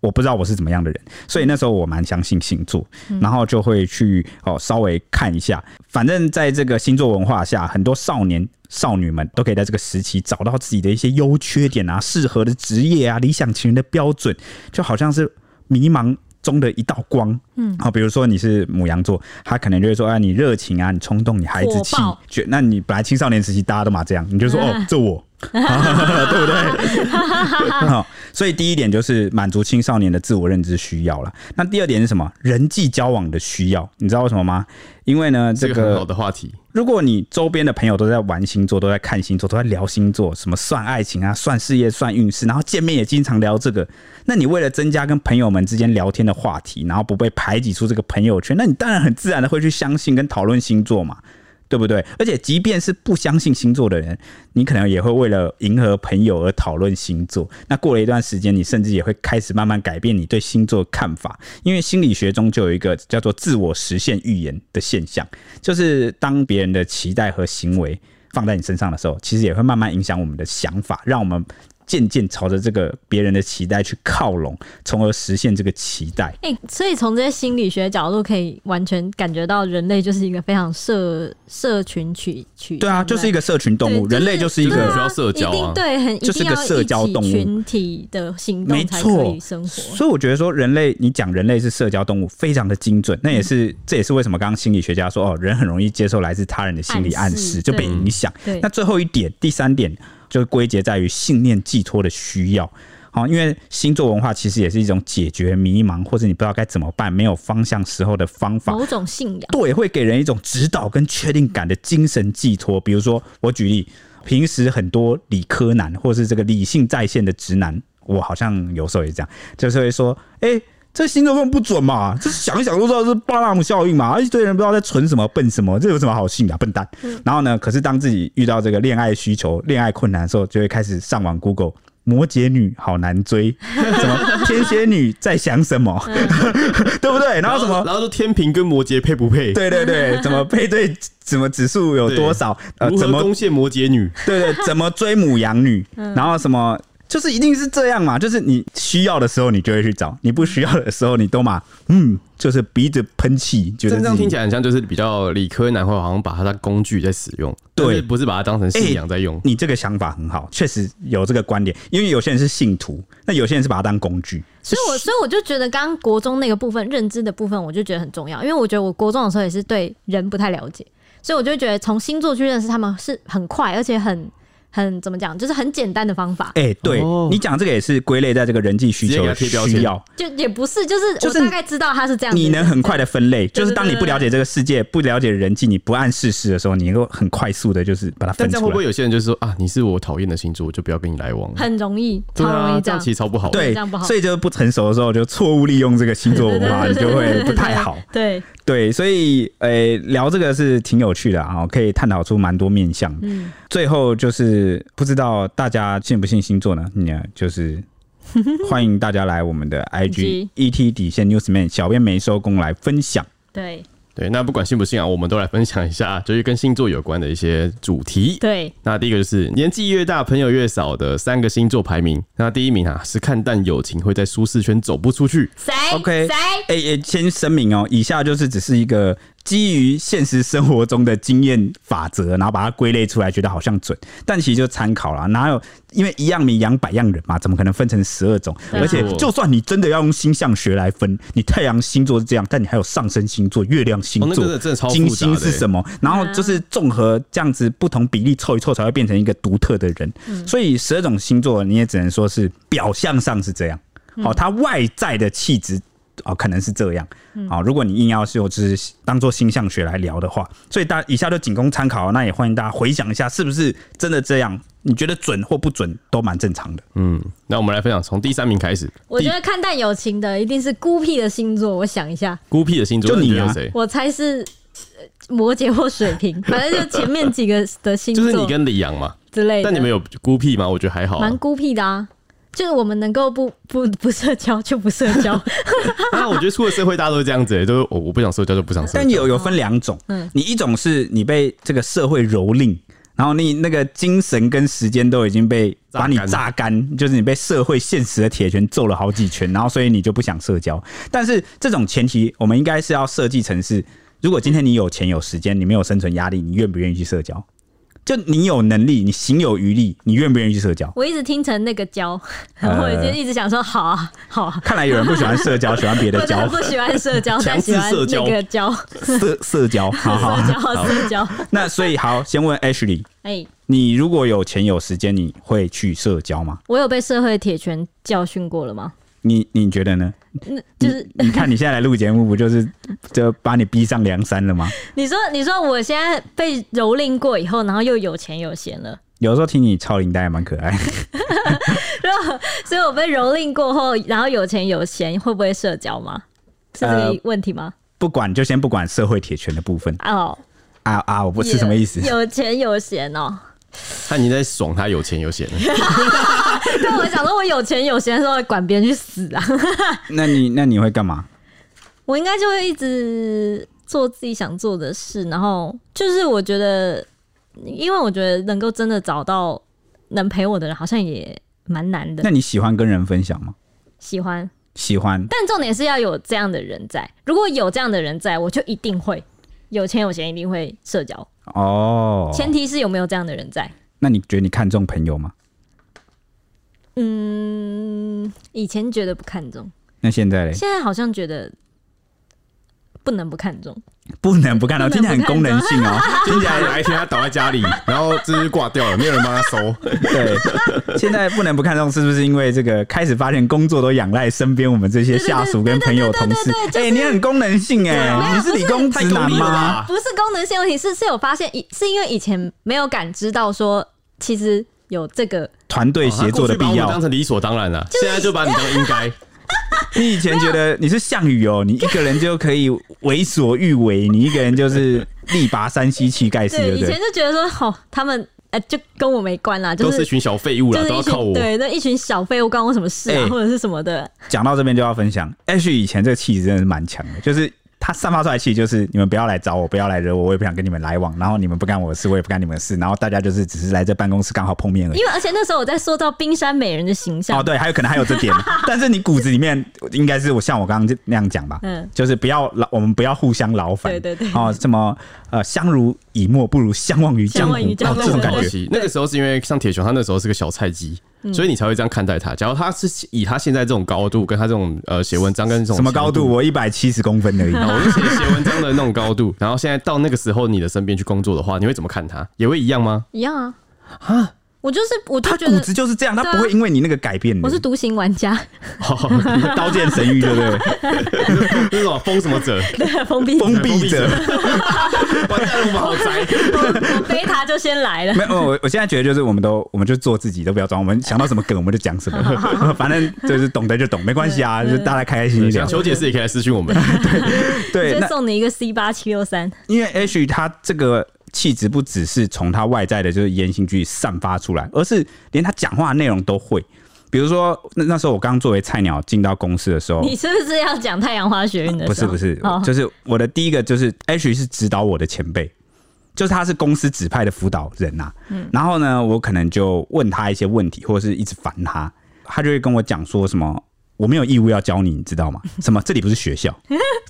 Speaker 1: 我不知道我是怎么样的人，所以那时候我蛮相信星座，
Speaker 2: 嗯
Speaker 1: 然后就会去哦稍微看一下。反正在这个星座文化下，很多少年少女们都可以在这个时期找到自己的一些优缺点啊、适合的职业啊、理想情人的标准，就好像是迷茫中的一道光。嗯，好，比如说你是母羊座，他可能就会说：“啊，你热情啊，你冲动，你孩子气
Speaker 2: 火爆。嗯
Speaker 1: 觉”那你本来青少年时期大家都嘛这样，你就说：“哦，这我。”啊 [LAUGHS] 对不对？好，所以第一点就是满足青少年的自我认知需要了。那第二点是什么？人际交往的需要，你知道为什么吗？因为呢，这
Speaker 3: 这
Speaker 1: 个
Speaker 3: 个很好的话题，
Speaker 1: 如果你周边的朋友都在玩星座，都在看星座，都在聊星座，什么算爱情啊、算事业、算运势，然后见面也经常聊这个，那你为了增加跟朋友们之间聊天的话题，然后不被排挤出这个朋友圈，那你当然很自然的会去相信跟讨论星座嘛。对不对？而且，即便是不相信星座的人，你可能也会为了迎合朋友而讨论星座。那过了一段时间，你甚至也会开始慢慢改变你对星座的看法，因为心理学中就有一个叫做自我实现预言的现象，就是当别人的期待和行为放在你身上的时候，其实也会慢慢影响我们的想法，让我们渐渐朝着这个别人的期待去靠拢，从而实现这个期待。
Speaker 2: 哎、所以从这些心理学角度，可以完全感觉到人类就是一个非常社社群取取。
Speaker 1: 对啊，就是一
Speaker 2: 个
Speaker 1: 个社群动物，
Speaker 2: 对
Speaker 1: 人类就是一
Speaker 3: 就是
Speaker 1: 个
Speaker 3: 需要社交
Speaker 2: 一定
Speaker 3: 啊，
Speaker 2: 对，很
Speaker 1: 就是
Speaker 2: 一定要
Speaker 1: 个社交
Speaker 2: 一起
Speaker 1: 动物
Speaker 2: 群体的行
Speaker 1: 没
Speaker 2: 动才可
Speaker 1: 错
Speaker 2: 以生，活。
Speaker 1: 所以我觉得说人类，你讲人类是社交动物，非常的精准。那也是、这也是为什么刚刚心理学家说哦，人很容易接受来自他人的心理暗
Speaker 2: 暗
Speaker 1: 示，
Speaker 2: 示
Speaker 1: 就被
Speaker 2: 对
Speaker 1: 影响。
Speaker 2: 对
Speaker 1: 那，最后一点，第三点就归结在于信念寄托的需要。好，因为星座文化其实也是一种解决迷茫或者你不知道该怎么办、没有方向时候的方法。
Speaker 2: 某种信仰，
Speaker 1: 对，会给人一种指导跟确定感的精神寄托。比如说，我举例，平时很多理科男或是这个理性在线的直男，我好像有时候也这样，就是会说，哎、这星座根本不准嘛！这想一想都知道是巴纳姆效应嘛，啊一堆人不知道在存什么笨什么，这有什么好信的、啊，笨蛋！然后呢，可是当自己遇到这个恋爱需求、恋爱困难的时候，就会开始上网 Google 摩羯女好难追，什么天蝎女在想什么， [LAUGHS] 对不对？然后什么
Speaker 3: 然后说天平跟摩羯配不配？
Speaker 1: [LAUGHS] 对
Speaker 3: [LAUGHS]
Speaker 1: 对对，怎么配对，怎么指数有多少，呃，
Speaker 3: 如
Speaker 1: 怎
Speaker 3: 何
Speaker 1: 么
Speaker 3: 攻陷摩羯女？
Speaker 1: 对
Speaker 3: [LAUGHS]
Speaker 1: 对，怎么追母羊女，
Speaker 3: 嗯
Speaker 1: 然后什么。就是一定是这样嘛，就是你需要的时候你就会去找，你不需要的时候你都嘛，嗯，就是鼻子喷气，觉得
Speaker 3: 这
Speaker 1: 自
Speaker 3: 样
Speaker 1: 己
Speaker 3: 听起来很像就是比较理科男会好像把它当工具在使用，
Speaker 1: 对
Speaker 3: 但是不是把它当成信仰在用。
Speaker 1: 你这个想法很好，确实有这个观点，因为有些人是信徒，那有些人是把它当工具，
Speaker 2: 所以我所以我就觉得刚刚国中那个部分认知的部分，我就觉得很重要，因为我觉得我国中的时候也是对人不太了解，所以我就觉得从星座去认识他们是很快，而且很 [LAUGHS] 很怎么讲，就是很简单的方法，
Speaker 1: 哎、对、
Speaker 3: 哦
Speaker 1: 你讲这个也是归类在这个人际需求的
Speaker 3: 直接给它贴标
Speaker 1: 需
Speaker 3: 签
Speaker 1: 要，
Speaker 2: 就也不是，就是
Speaker 1: 就是
Speaker 2: 我大概知道他是这样子的
Speaker 1: 你
Speaker 2: 人，
Speaker 1: 能很快的分类，就是
Speaker 2: 对
Speaker 1: 当你不了解这个世界、不了解人际、你不谙世事的时候，你能够很快速的，就是把它
Speaker 3: 但
Speaker 1: 分
Speaker 3: 这样
Speaker 1: 出来。
Speaker 3: 会不会有些人就是说啊，你是我讨厌的星座，我就不要跟你来往？
Speaker 2: 很容易，
Speaker 3: 对
Speaker 2: 超容
Speaker 3: 啊，
Speaker 2: 易
Speaker 3: 这
Speaker 2: 这
Speaker 3: 样
Speaker 2: 样。
Speaker 3: 其实超不好的。
Speaker 1: 对
Speaker 2: 这样不，好
Speaker 1: 所以就是不成熟的时候就错误利用这个星座文化，你就会不太好。
Speaker 2: [LAUGHS] 对，
Speaker 1: 对，所以呃，聊这个是挺有趣的啊，可以探讨出蛮多面向。
Speaker 2: 嗯，
Speaker 1: 最后就是不知道大家信不信星座呢？你呢就是
Speaker 2: [LAUGHS]
Speaker 1: 欢迎大家来我们的 IG
Speaker 2: IG
Speaker 1: ET 底线 Newsman 小编没收工来分享。
Speaker 2: 对
Speaker 3: 对，那不管信不信啊，我们都来分享一下， [LAUGHS] 就是跟星座有关的一些主题。
Speaker 2: 对，
Speaker 3: 那第一个就是年纪越大，朋友越少的三个星座排名。那第一名啊是看淡友情会在舒适圈走不出去，
Speaker 2: 谁
Speaker 1: OK
Speaker 2: 谁
Speaker 1: 哎、欸先声明哦，以下就是只是一个基于现实生活中的经验法则，然后把它归类出来，觉得好像准，但其实就参考啦。哪有因为一样米养百样人嘛，怎么可能分成十二种？
Speaker 2: 对啊
Speaker 1: 而且就算你真的要用星象学来分，你太阳星座是这样，但你还有上升星座、月亮星
Speaker 3: 哦那个
Speaker 1: 座、
Speaker 3: 真的真的超复杂
Speaker 1: 金
Speaker 3: 的欸
Speaker 1: 星是什么？然后就是综合这样子不同比例凑一凑，才会变成一个独特的人。所以十二种星座，你也只能说是表象上是这样。好、它外在的气质哦，可能是这样。好、如果你硬要是有只是当做星象学来聊的话，所以大以下就仅供参考。那也欢迎大家回想一下，是不是真的这样？你觉得准或不准都蛮正常的。
Speaker 3: 嗯，那我们来分享从第三名开始。
Speaker 2: 我觉
Speaker 3: 第
Speaker 2: 得看淡友情的一定是孤僻的星座，我想一下，
Speaker 3: 孤僻的星座，
Speaker 1: 就你啊
Speaker 3: 觉得有谁？
Speaker 2: 我猜是呃摩羯或水瓶，反正就前面几个的星
Speaker 3: 就是
Speaker 2: 座
Speaker 3: 你跟李阳嘛。
Speaker 2: 之类的。
Speaker 3: 但你们有孤僻吗？我觉得还好啊、
Speaker 2: 蛮孤僻的啊，就是我们能够不不不社交就不社交，
Speaker 3: [LAUGHS] 啊，我觉得出了社会大家都是这样子、欸，都是我我不想社交就不想社交。
Speaker 1: 但有有分两种，
Speaker 2: 嗯
Speaker 1: 你一种是你被这个社会蹂躏。然后你那个精神跟时间都已经被
Speaker 3: 榨
Speaker 1: 把
Speaker 3: 干
Speaker 1: 你榨干，就是你被社会现实的铁拳揍了好几拳，然后所以你就不想社交。但是这种前提，我们应该是要设计成是：如果今天你有钱有时间，你没有生存压力，你愿不愿意去社交？就你有能力，你行有余力，你愿不愿意去社交？
Speaker 2: 我一直听成那个交，
Speaker 3: 呃
Speaker 2: 然后我就一直想说好啊好啊，
Speaker 1: 看来有人不喜欢社交，喜欢别
Speaker 2: 我
Speaker 1: 的
Speaker 2: 真
Speaker 1: 交
Speaker 2: 的不喜欢社
Speaker 3: [LAUGHS]
Speaker 2: 交，
Speaker 3: 强
Speaker 2: 但
Speaker 3: 制
Speaker 2: 喜欢
Speaker 3: 社交
Speaker 2: 那个交
Speaker 1: 社社交，好好。
Speaker 2: [LAUGHS] 社交社交，
Speaker 1: 那所以好，先问 Ashley，
Speaker 2: 哎。
Speaker 1: 你如果有钱有时间，你会去社交吗？
Speaker 2: 我有被社会铁拳教训过了吗？
Speaker 1: 你你觉得呢？
Speaker 2: 嗯，就是
Speaker 1: 你你看你现在来录节目，不就是 [LAUGHS] 就把你逼上梁山了吗？
Speaker 2: 你说，你说我现在被蹂躏过以后，然后又有钱有闲了，
Speaker 1: 有时候听你超领带还蛮可爱， [LAUGHS]
Speaker 2: [LAUGHS] 然后所以我被蹂躏过后，然后有钱有闲，会不会社交吗？是这
Speaker 1: 呃
Speaker 2: 个问题吗？
Speaker 1: 不管就先不管社会铁拳的部分
Speaker 2: 哦，
Speaker 1: 啊啊！我不是什么意思？
Speaker 2: 有钱有闲哦。 [LAUGHS]
Speaker 3: 他已经在爽，他有钱有闲了。 [LAUGHS]
Speaker 2: 对，啊我想说，我有钱有闲的时候，管别人去死啊！
Speaker 1: [LAUGHS]
Speaker 2: [LAUGHS]
Speaker 1: 那你那你会干嘛？
Speaker 2: 我应该就会一直做自己想做的事，然后就是我觉得，因为我觉得能够真的找到能陪我的人，好像也蛮难的
Speaker 1: 那。你喜欢跟人分享吗？
Speaker 2: 喜欢，
Speaker 1: 喜欢，
Speaker 2: 但重点是要有这样的人在。如果有这样的人在，我就一定会有钱，有钱一定会社交。
Speaker 1: 哦，
Speaker 2: 前提是有没有这样的人在。
Speaker 1: 那你觉得你看重朋友吗？
Speaker 2: 嗯，以前觉得不看重，
Speaker 1: 那现在嘞，
Speaker 2: 现在好像觉得不能不看重。
Speaker 1: 不能不看到，
Speaker 2: 不
Speaker 1: 听
Speaker 2: 能
Speaker 1: 起来很
Speaker 2: 不看
Speaker 1: 功能性哦。
Speaker 3: 听起来哪一天他倒在家里，然后就是挂掉了，没有人帮他收。
Speaker 1: 对，现在不能不看重，是不是因为这个开始发现工作都仰赖身边我们这些下属跟朋友同事？哎，你很功能性哎，你是理工直男
Speaker 3: 啊
Speaker 1: 吗？
Speaker 2: 不是功能性问题，是是有发现，以是因为以前没有感知到说，其实有这个
Speaker 1: 团队协作的
Speaker 3: 哦他过去把
Speaker 1: 必
Speaker 3: 我们
Speaker 1: 要
Speaker 3: 当。成理所当然了，现在就把你当应该。
Speaker 1: 你以前觉得你是项羽哦，你一个人就可以为所欲为，你一个人就是力拔山兮气盖世，对
Speaker 2: 对，
Speaker 1: 不
Speaker 2: 以前
Speaker 1: 对？
Speaker 2: 就觉得说，哦，他们呃，就跟我没关啦，就
Speaker 3: 都是
Speaker 2: 是
Speaker 3: 一群小废物
Speaker 2: 就
Speaker 3: 啦，
Speaker 2: 是
Speaker 3: 都
Speaker 2: 一
Speaker 3: 要靠
Speaker 2: 群
Speaker 3: 我。
Speaker 2: 对，那一群小废物关我什么事啊，
Speaker 1: 哎
Speaker 2: 或者是什么的，
Speaker 1: 讲到这边就要分享，H 以前这个气质真的是蛮强的，就是。他散发出来的气就是你们不要来找我，不要来惹我，我也不想跟你们来往。然后你们不干我的事，我也不干你们的事。然后大家就是只是来这办公室刚好碰面而已
Speaker 2: 因。为而且那时候我在塑造冰山美人的形象，
Speaker 1: 哦，对，还有可能还有这
Speaker 2: [LAUGHS]
Speaker 1: 点，但是你骨子里面应该是我像我刚刚那样讲吧，
Speaker 2: 嗯
Speaker 1: 就是不要劳，我们不要互相劳烦，
Speaker 2: 对对对
Speaker 1: 哦，什么呃，相濡以沫不如相忘于江
Speaker 2: 相
Speaker 1: 湖，
Speaker 2: 忘于江
Speaker 1: 哦
Speaker 2: 湖
Speaker 1: 这种感
Speaker 3: 可
Speaker 1: 觉，
Speaker 3: 惜那个时候是因为像铁熊，他那时候是个小菜鸡，所以你才会这样看待他。假如他是以他现在这种高度，跟他这种呃写文章跟这种
Speaker 1: 什么高度？
Speaker 3: 强
Speaker 1: 我一百七十公分
Speaker 2: [LAUGHS]
Speaker 1: 而已，
Speaker 3: 啊我就写写文章的那种高度，然 [LAUGHS] 后现在到那个时候你的身边去工作的话，你会怎么看他？也会一样吗？ [LAUGHS]
Speaker 2: 一样啊，我就是我就
Speaker 1: 他
Speaker 2: 觉
Speaker 1: 骨
Speaker 2: 得
Speaker 1: 子就是这样，他
Speaker 2: 对啊
Speaker 1: 不会因为你那个改变的。
Speaker 2: 我是独行玩家， [LAUGHS]
Speaker 1: 刀剑神域，对不对？
Speaker 3: 那种封什么
Speaker 1: [LAUGHS]
Speaker 3: 者，
Speaker 2: 封 [LAUGHS] 闭
Speaker 1: 封闭者，
Speaker 3: 完蛋了，我们好宅。
Speaker 2: 我贝塔就先来了。
Speaker 1: 没有，我我现在觉得就是我们都我们就做自己，都不要装，我们想到什么梗我们就讲什
Speaker 2: [LAUGHS]
Speaker 1: 么，反正就是懂得就懂，没关系啊，就是大家开开心心
Speaker 3: 想
Speaker 1: 聊。
Speaker 3: 求解释也可以来私讯我们。
Speaker 1: 对，
Speaker 2: 就
Speaker 1: 那
Speaker 2: 送你一个 C 八七六三，
Speaker 1: 因为 H 他这个气质不只是从他外在的就是言行举止散发出来，而是连他讲话的内容都会。比如说，那那时候我刚作为菜鸟进到公司的时候，
Speaker 2: 你是不是要讲太阳花学运的
Speaker 1: 不
Speaker 2: 时
Speaker 1: 是
Speaker 2: 候？
Speaker 1: 哦不是，
Speaker 2: 哦
Speaker 1: 就是我的第一个就是 H 是指导我的前辈，就是他是公司指派的辅导人呐、然后呢，我可能就问他一些问题，或者是一直烦他，他就会跟我讲说什么。我没有义务要教你，你知道吗？什么？这里不是学校，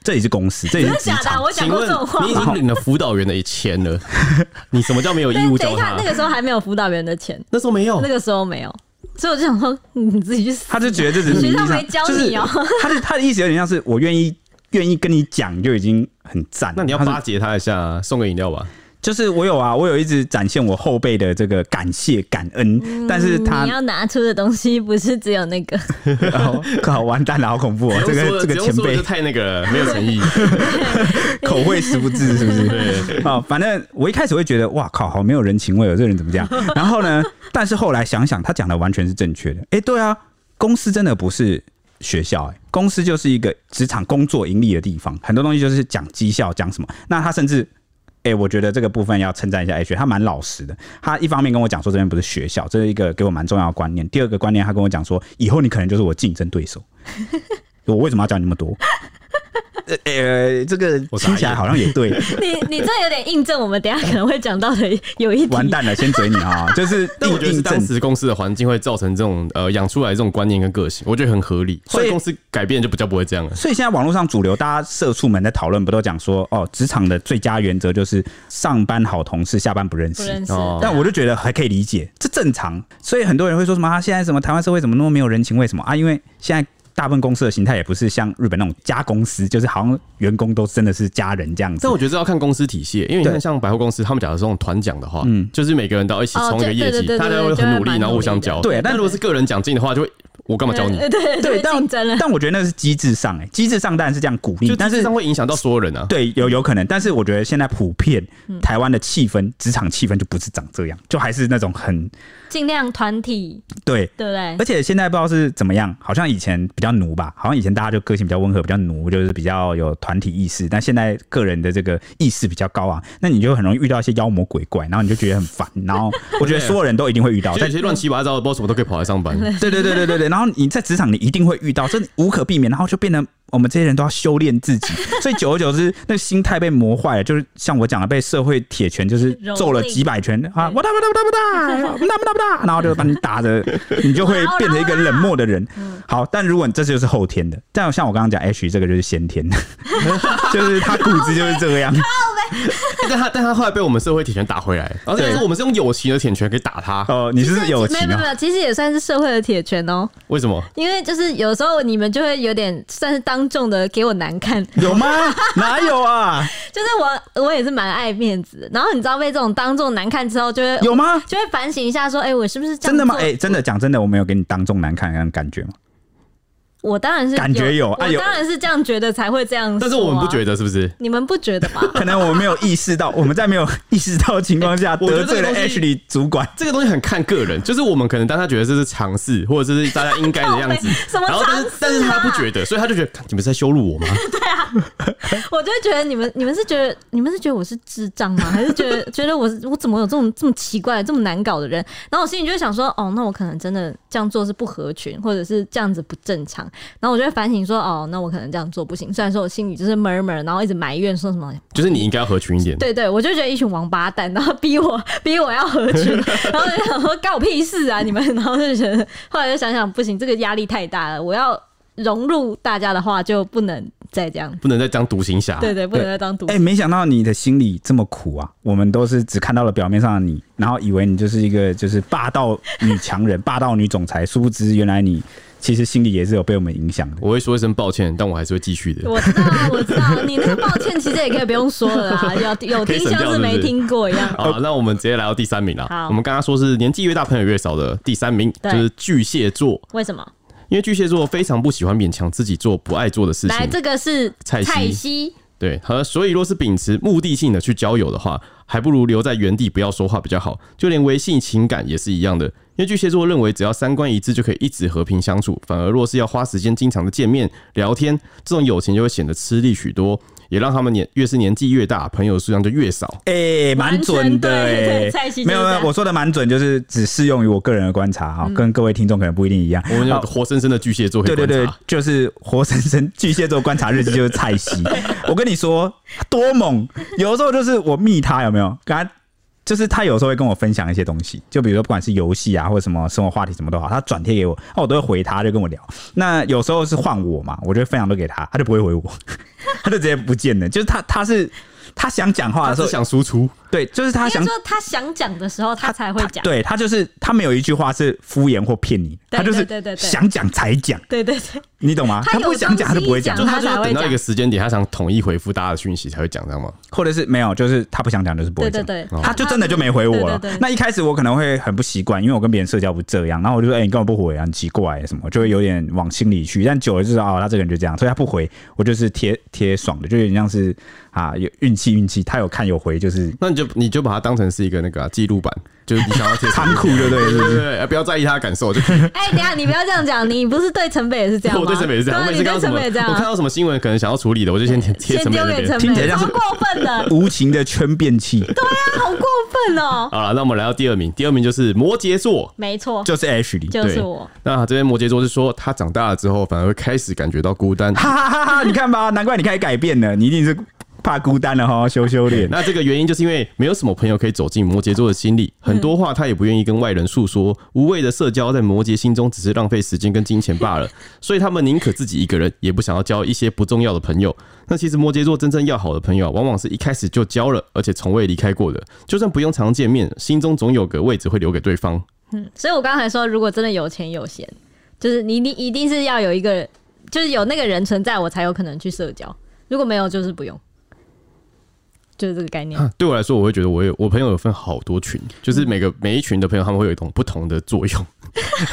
Speaker 1: 这里是公司，这里
Speaker 2: 真
Speaker 1: 是
Speaker 2: 的假的啊？
Speaker 1: 职场。
Speaker 2: 我讲
Speaker 3: 请
Speaker 2: 过
Speaker 3: 问
Speaker 2: 这种话吗
Speaker 3: 你已经领了辅导员的钱了， [LAUGHS] 你什么叫没有义务
Speaker 2: 等
Speaker 3: 教
Speaker 2: 一下，那个时候还没有辅导员的钱，
Speaker 3: 那时候没有
Speaker 2: 那，个时候没有，所以我就想说你自己去死。
Speaker 1: 他就觉得哦这只是名义
Speaker 2: 学校没教你哦
Speaker 1: 就是、他的他的意思有点像是我愿意愿意跟你讲就已经很赞了。
Speaker 3: 那你要
Speaker 1: 他说
Speaker 3: 巴结他一下啊，送个饮料吧。
Speaker 1: 就是我有啊，我有一直展现我后辈的这个感谢感恩，但是他
Speaker 2: 嗯你要拿出的东西不是只有那个， [LAUGHS]
Speaker 1: [LAUGHS] 哦靠完蛋了，好恐怖
Speaker 3: [LAUGHS]
Speaker 1: 哦！
Speaker 3: 不
Speaker 1: 这
Speaker 3: 用说
Speaker 1: 个
Speaker 3: 了
Speaker 1: 这个
Speaker 3: 不用
Speaker 1: 前
Speaker 3: 说了
Speaker 1: 辈
Speaker 3: 就太那个了，没有诚 [LAUGHS] 意。
Speaker 1: [LAUGHS] 口惠实不至，是不是？哦，反正我一开始会觉得哇靠，好没有人情味哦，这个人怎 [LAUGHS] 么这样？然后呢，但是后来想想，他讲的完全是正确的。哎、对啊，公司真的不是学校、诶公司就是一个职场工作盈利的地方，很多东西就是讲绩效，讲什么。那他甚至。哎、我觉得这个部分要称赞一下 H，他蛮老实的。他一方面跟我讲说这边不是学校，这是一个给我蛮重要的观念。第二个观念，他跟我讲说以后你可能就是我竞争对 [LAUGHS] 手。我为什么要讲你那么多？呃、呃这个
Speaker 3: 我傻
Speaker 1: 听起来
Speaker 3: 眼
Speaker 1: 好像也对，
Speaker 2: 你你这有点印证我们等一下可能会讲到的有一题。
Speaker 1: [LAUGHS] 完蛋了，先嘴你啊、
Speaker 3: [LAUGHS]
Speaker 1: 就是
Speaker 3: 但我觉得是
Speaker 1: 印
Speaker 3: 当
Speaker 1: 证。
Speaker 3: 时公司的环境会造成这种呃养出来这种观念跟个性，我觉得很合理。
Speaker 1: 所
Speaker 3: 所
Speaker 1: 以
Speaker 3: 以公司改变就比较不会这样了。
Speaker 1: 所以现在网络上主流，大家社畜们在讨论，不都讲说哦，职场的最佳原则就是上班好同事，下班不认
Speaker 2: 不
Speaker 1: 识。
Speaker 2: 认识。
Speaker 3: 哦
Speaker 1: 但我就觉得还呃可以理解，这正常。所以很多人会说什么啊，现在什么台湾社会怎么那么没有人情味什么啊？因为现在大部分公司的形态也不是像日本那种家公司，就是好像员工都真的是家人这样子
Speaker 3: 但。我觉得这要看公司体系，因为你
Speaker 1: 对
Speaker 3: 看像百货公司，他们假如这种团奖的话，
Speaker 1: 嗯
Speaker 3: 就是每个人都要一起
Speaker 2: 哦
Speaker 3: 冲一个
Speaker 2: 对
Speaker 3: 业
Speaker 2: 对
Speaker 3: 绩
Speaker 2: 对对，
Speaker 3: 大家
Speaker 2: 对
Speaker 3: 会
Speaker 2: 就会
Speaker 3: 很努力，
Speaker 2: 蛮
Speaker 3: 然后
Speaker 2: 努
Speaker 3: 互
Speaker 2: 力
Speaker 3: 相
Speaker 2: 的
Speaker 3: 教。
Speaker 1: 对
Speaker 3: 但
Speaker 1: 但
Speaker 3: 如果是个人奖金的话，就会我干嘛教你？
Speaker 2: 对对
Speaker 1: 对，嗯但
Speaker 2: 竞争了。
Speaker 1: 但我觉得那是机制上、欸，机制上当然是这样鼓励
Speaker 3: 就，但
Speaker 1: 但是
Speaker 3: 是会影响到所有人啊。
Speaker 1: 对，有有可能，但是我觉得现在普遍台湾的气氛，职场气氛就不是长这样，就还是那种很
Speaker 2: 尽量团体，
Speaker 1: 对。
Speaker 2: 对不对
Speaker 1: 而？且现在不知道是怎么样，好像以前比较奴吧，好像以前大家就个性比较温和，比较奴，就是比较有团体意识。但现在个人的这个意识比较高昂，那你就很容易遇到一些妖魔鬼怪，然后你就觉得很烦。然后我 [LAUGHS] 觉得所有人都一定会遇到，
Speaker 3: 就有
Speaker 1: 在
Speaker 3: 些乱七八
Speaker 2: [LAUGHS]
Speaker 3: 糟的，不知道什么都可以跑来上班。
Speaker 1: 对对对对对对。然后你在职场你一定会遇到，这无可避免，然后就变得我们这些人都要修炼自己，所以久而久之，那个心态被磨坏了。就是像我讲的，被社会铁拳就是
Speaker 2: 蹂躏
Speaker 1: 揍了几百拳啊，
Speaker 2: 对
Speaker 1: 我打我打我打我打不打不打不打，然后就把你打的，你就会变成一个冷漠的人。好，但如果你这就是后天的，但像我刚刚讲 H 这个就是先天的，就是他骨子就是这样。
Speaker 3: 但他但他后来被我们社会铁拳打回来，而且是我们是用友情的铁拳给打他，
Speaker 1: 哦，你
Speaker 2: 其
Speaker 1: 是
Speaker 2: 实
Speaker 1: 友
Speaker 2: 没有
Speaker 1: 情
Speaker 2: 没有没
Speaker 1: 啊，
Speaker 2: 有，其实也算是社会的铁拳哦、
Speaker 3: 为什么？
Speaker 2: 因为就是有时候你们就会有点算是当众的给我难看，
Speaker 1: 有吗？哪有啊？
Speaker 2: 就是我我也是蛮爱面子的，然后你知道被这种当众难看之后，就会
Speaker 1: 有吗？
Speaker 2: 就会反省一下说，哎、我是不是这样
Speaker 1: 真的吗？
Speaker 2: 做
Speaker 1: 哎、真的讲真的，我没有给你当众难看那种感觉吗？
Speaker 2: 我当然是
Speaker 1: 感觉有
Speaker 2: 我
Speaker 1: 哎有
Speaker 2: 当然是这样觉得才会这样、
Speaker 3: 啊但是我们不觉
Speaker 2: 得，
Speaker 3: 得是不是？
Speaker 2: 你们不觉得吧？
Speaker 1: 可能我没有意识到，我们在没有意识到的情况下
Speaker 3: 我觉
Speaker 1: 得
Speaker 3: 得这
Speaker 1: 罪
Speaker 3: 个
Speaker 1: 了
Speaker 3: 东西
Speaker 1: Ashley 主管。
Speaker 3: 这个东西很看个人，就是我们可能当他觉得这是尝试，或哎者这是大家应该的样子
Speaker 2: [LAUGHS] 靠北，什么
Speaker 3: 然后但
Speaker 2: 尝
Speaker 3: 是
Speaker 2: 试啊
Speaker 3: 但是他不觉得，所以他就觉得看你们是在羞辱我吗？
Speaker 2: 我就会觉得你们，你们是觉得你们是觉得我是智障
Speaker 3: [LAUGHS]
Speaker 2: 吗？还是觉得觉得我是我怎么有这种这么奇怪、这么难搞的人？然后我心里就会想说，哦，那我可能真的这样做是不合群，或者是这样子不正常。然后我就会反省说，哦，那我可能这样做不行。虽然说我心里就是 murmur，然后一直埋怨说什么，
Speaker 3: 就是你应该要合群一点。
Speaker 2: 对对，我就觉得一群王八蛋，然后逼我逼我要合群，然后就想说干我屁事啊你们，然后就觉得后来就想想不行，这个压力太大了，我要融入大家的话就不能再这样。
Speaker 3: 不能再当独行侠。
Speaker 2: 对对，不能再当独
Speaker 1: 哎、没想到你的心里这么苦啊！我们都是只看到了表面上的你，然后以为你就是一个就是霸道女强人、霸道女总裁，殊不知原来你其实心里也是有被我们影响的。
Speaker 3: 我会说一声抱歉，但我还是会继续的。
Speaker 2: 我知道，我知道，你那个抱歉其实也可以不用说了啦，有有
Speaker 3: 可以
Speaker 2: 听
Speaker 3: 省掉
Speaker 2: 像是没听过一样。
Speaker 3: 好，那我们直接来到第三名啦。啊
Speaker 2: 好
Speaker 3: 我们刚刚说是年纪越大朋友越少的第三名，就
Speaker 2: 对
Speaker 3: 是巨蟹座，
Speaker 2: 为什么？
Speaker 3: 因为巨蟹座非常不喜欢勉强自己做不爱做的事
Speaker 2: 来，
Speaker 3: 情。
Speaker 2: 这个是
Speaker 3: 蔡西
Speaker 2: 蔡西，
Speaker 3: 对，和所以若是秉持目的性的去交友的话，还不如留在原地不要说话比较好。就连维系情感也是一样的，因为巨蟹座认为只要三观一致就可以一直和平相处，反而若是要花时间经常的见面聊天，这种友情就会显得吃力许多，也让他们年越是年纪越大，朋友数量就越少。
Speaker 1: 哎、蛮准的
Speaker 2: 完全对对
Speaker 1: 哎、
Speaker 2: 蔡徐
Speaker 1: 没有
Speaker 2: 就是
Speaker 1: 没
Speaker 2: 这
Speaker 1: 有，
Speaker 2: 样
Speaker 1: 我说的蛮准，就是只适用于我个人的观察啊、跟各位听众可能不一定一样。
Speaker 3: 我们有
Speaker 1: 好
Speaker 3: 活生生的巨蟹座可以
Speaker 1: 对对
Speaker 3: 观察，
Speaker 1: 对，就是活生生巨蟹座观察日记就是
Speaker 2: [LAUGHS]
Speaker 1: 蔡西。我跟你说多猛，有的时候就是我密他有没有？跟他就是他有时候会跟我分享一些东西，就比如说不管是游戏啊，或者什么生活话题什么都好，他转贴给我，哦那我都会回他，就跟我聊。那有时候是换我嘛，我就会分享都给他，他就不会回我， [LAUGHS] 他就直接不见了。就是他他是他想讲话
Speaker 3: 他
Speaker 1: 的时
Speaker 3: 是
Speaker 1: 候，
Speaker 3: 想输出，
Speaker 1: 对，就是他
Speaker 2: 应该
Speaker 1: 想
Speaker 2: 说他想讲的时候他才会讲。
Speaker 1: 对他就是他没有一句话是敷衍或骗你，
Speaker 2: 对
Speaker 1: 他就是
Speaker 2: 对对对对
Speaker 1: 想讲才讲，
Speaker 2: 对对对，
Speaker 1: 你懂吗？
Speaker 2: 他
Speaker 1: 他
Speaker 2: 有
Speaker 1: 不想讲他就不会讲
Speaker 2: 东西讲。
Speaker 3: 就他就
Speaker 2: 他
Speaker 3: 是
Speaker 2: 才会
Speaker 3: 等到
Speaker 2: 讲
Speaker 3: 一个时间点，他想统一回复大家的讯息才会讲，这样吗？
Speaker 1: 或者是没有，就是他不想讲，就是不会讲。
Speaker 2: 对对对
Speaker 1: 他就真的就没回我了。
Speaker 2: 对对对
Speaker 1: 那一开始我可能会很不习惯，因为我跟别人社交不这样，然后我就说：“哎、你干嘛不回啊？很奇怪、什么？”就会有点往心里去。但久了就知道，哦，他这个人就这样，所以他不回，我就是贴贴爽的，就有点像是啊，有运气运气，他有看有回， [LAUGHS] 就是
Speaker 3: 那你就你就把它当成是一个那个啊记录板，就是你想要贴上去
Speaker 1: 仓库对不对
Speaker 3: 对对对，不要在意他的感受就可以。
Speaker 2: 哎，等一下你不要这样讲，你不是对陈北也是这样吗？
Speaker 3: 我对陈北是这样，我
Speaker 2: 对啊
Speaker 3: 每
Speaker 2: 你
Speaker 3: 次看到
Speaker 2: 对
Speaker 3: 什
Speaker 2: 陈
Speaker 3: 么，
Speaker 2: 北也这样
Speaker 3: 我看
Speaker 2: 啊，
Speaker 3: 到什么新闻可能想要处理的，我就先贴贴
Speaker 2: 先
Speaker 3: 陈北
Speaker 2: 丢
Speaker 3: 那
Speaker 2: 给
Speaker 3: 边
Speaker 2: 陈。
Speaker 1: 听起来
Speaker 2: 北，
Speaker 1: 像
Speaker 2: 超 [LAUGHS]
Speaker 1: 是
Speaker 2: 过分
Speaker 1: [LAUGHS]
Speaker 2: 的，
Speaker 1: 无情的圈变器，
Speaker 2: 好过分哦！
Speaker 3: 好了，那我们来到第二名，第二名就是摩羯座。
Speaker 2: 没错，
Speaker 1: 就是 H [LAUGHS] 里。
Speaker 2: 就是
Speaker 3: 对
Speaker 2: 我。
Speaker 3: 那这边摩羯座是说，他长大了之后反而会开始感觉到孤单。
Speaker 1: 哈哈哈哈！你看吧，难怪你开始改变了，你一定是怕孤单了哈，羞羞脸。
Speaker 3: 那这个原因就是因为没有什么朋友可以走进摩羯座的心里，很多话他也不愿意跟外人诉说，无谓的社交在摩羯心中只是浪费时间跟金钱罢了， [LAUGHS] 所以他们宁可自己一个人，也不想要交一些不重要的朋友。那其实摩羯座真正要好的朋友啊，往往是一开始就交了，而且从未离开过的，就算不用常见面，心中总有个位置会留给对方。
Speaker 2: 所以我刚才说，如果真的有钱有闲，就是你你一定是要有一个，就是有那个人存在，我才有可能去社交。如果没有，就是不用，就是这个概念。
Speaker 3: 啊对我来说，我会觉得我有我朋友有分好多群，就是每个每一群的朋友他们会有一种不同的作用。
Speaker 2: 哇，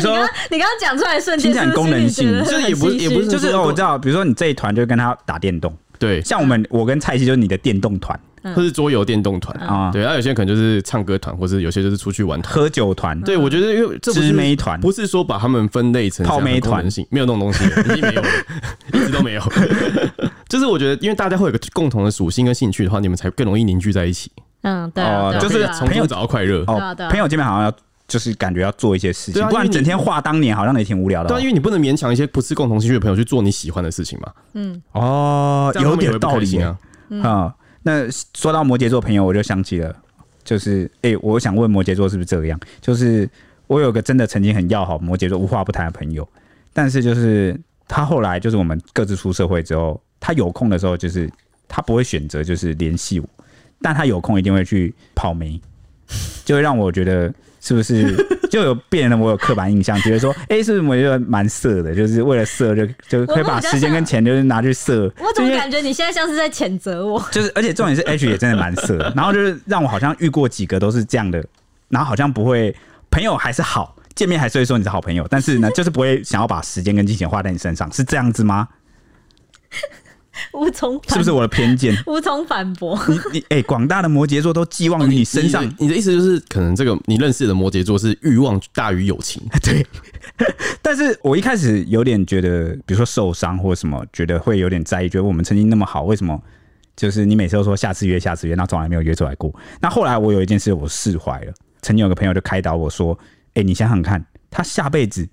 Speaker 2: 你
Speaker 1: 说
Speaker 2: 刚刚你刚刚讲出来的瞬间，
Speaker 1: 听起来很功能性
Speaker 2: 是不是
Speaker 3: 就
Speaker 2: 心
Speaker 3: 是
Speaker 2: 里觉得
Speaker 3: 也不是
Speaker 2: 很唏嘘
Speaker 3: 也不是
Speaker 1: 就是哦我知道，比如说你这一团就跟他打电动，
Speaker 3: 对，
Speaker 1: 像我们我跟蔡西就是你的电动团
Speaker 3: 或是桌游电动团
Speaker 1: 啊，
Speaker 3: 对，然后有些人可能就是唱歌团，或是有些就是出去玩团。
Speaker 1: 喝酒团，
Speaker 3: 对，我觉得因为这不
Speaker 1: 直
Speaker 3: 是
Speaker 1: 妹嗯团
Speaker 3: 不是说把他们分类成
Speaker 1: 泡妹团
Speaker 3: 像功能性，没有那种东西，
Speaker 1: [LAUGHS]
Speaker 3: 已经没有了，一直都没有。 [LAUGHS] 就是我觉得，因为大家会有个共同的属性跟兴趣的话，你们才更容易凝聚在一起，
Speaker 2: 嗯，对啊，
Speaker 1: 哦
Speaker 2: 对啊
Speaker 1: 就是
Speaker 2: 对啊
Speaker 3: 从
Speaker 1: 朋友
Speaker 3: 中找到快乐。
Speaker 2: 对啊
Speaker 1: 哦
Speaker 2: 对啊，
Speaker 1: 朋友见面好像要就是感觉要做一些事
Speaker 3: 对
Speaker 1: 情，
Speaker 3: 啊
Speaker 1: 不
Speaker 3: 因为
Speaker 1: 然
Speaker 3: 你
Speaker 1: 整天画当年好像也挺无聊的
Speaker 3: 对啊，因为你不能勉强一些不是共同兴趣的朋友去做你喜欢的事情嘛，
Speaker 2: 嗯
Speaker 1: 哦。哦
Speaker 3: 这样他
Speaker 1: 有
Speaker 3: 们也会
Speaker 1: 点
Speaker 3: 不
Speaker 1: 道
Speaker 3: 开
Speaker 1: 理
Speaker 3: 心
Speaker 1: 耶
Speaker 3: 啊。
Speaker 1: 啊、那说到摩羯座朋友，我就想起了，就是哎、诶我想问摩羯座是不是这样？就是我有个真的曾经很要好摩羯座无话不谈的朋友，但是就是他后来就是我们各自出社会之后，他有空的时候就是他不会选择就是联系我，但他有空一定会去泡妹，就会让我觉得是不是就有变得我有刻板印象，觉得说哎、诶是不是我觉得蛮色的，就是为了色就就可以把时间跟钱就是拿去色，
Speaker 2: 我怎么
Speaker 1: 这些
Speaker 2: 感觉你现在像是在谴责我？
Speaker 1: 就是，而且重点是 H 也真的蛮色的，然后就是让我好像遇过几个都是这样的，然后好像不会朋友还是好，见面还是会说你是好朋友，但是呢，就是不会想要把时间跟金钱花在你身上，是这样子吗？
Speaker 2: 无从反
Speaker 1: 是不是我的偏见？
Speaker 2: 无从反驳？
Speaker 1: 你你哎，广、大的摩羯座都寄望于你身上
Speaker 3: 你，的你的意思就是，可能这个你认识的摩羯座是欲望大于友
Speaker 1: [LAUGHS]
Speaker 3: 情，
Speaker 1: 对。但是我一开始有点觉得，比如说受伤或什么，觉得会有点在意，觉得我们曾经那么好，为什么？就是你每次都说下次约，下次约，那从来没有约出来过。那后来我有一件事我释怀了，曾经有个朋友就开导我说：“哎、你想想看，他下辈子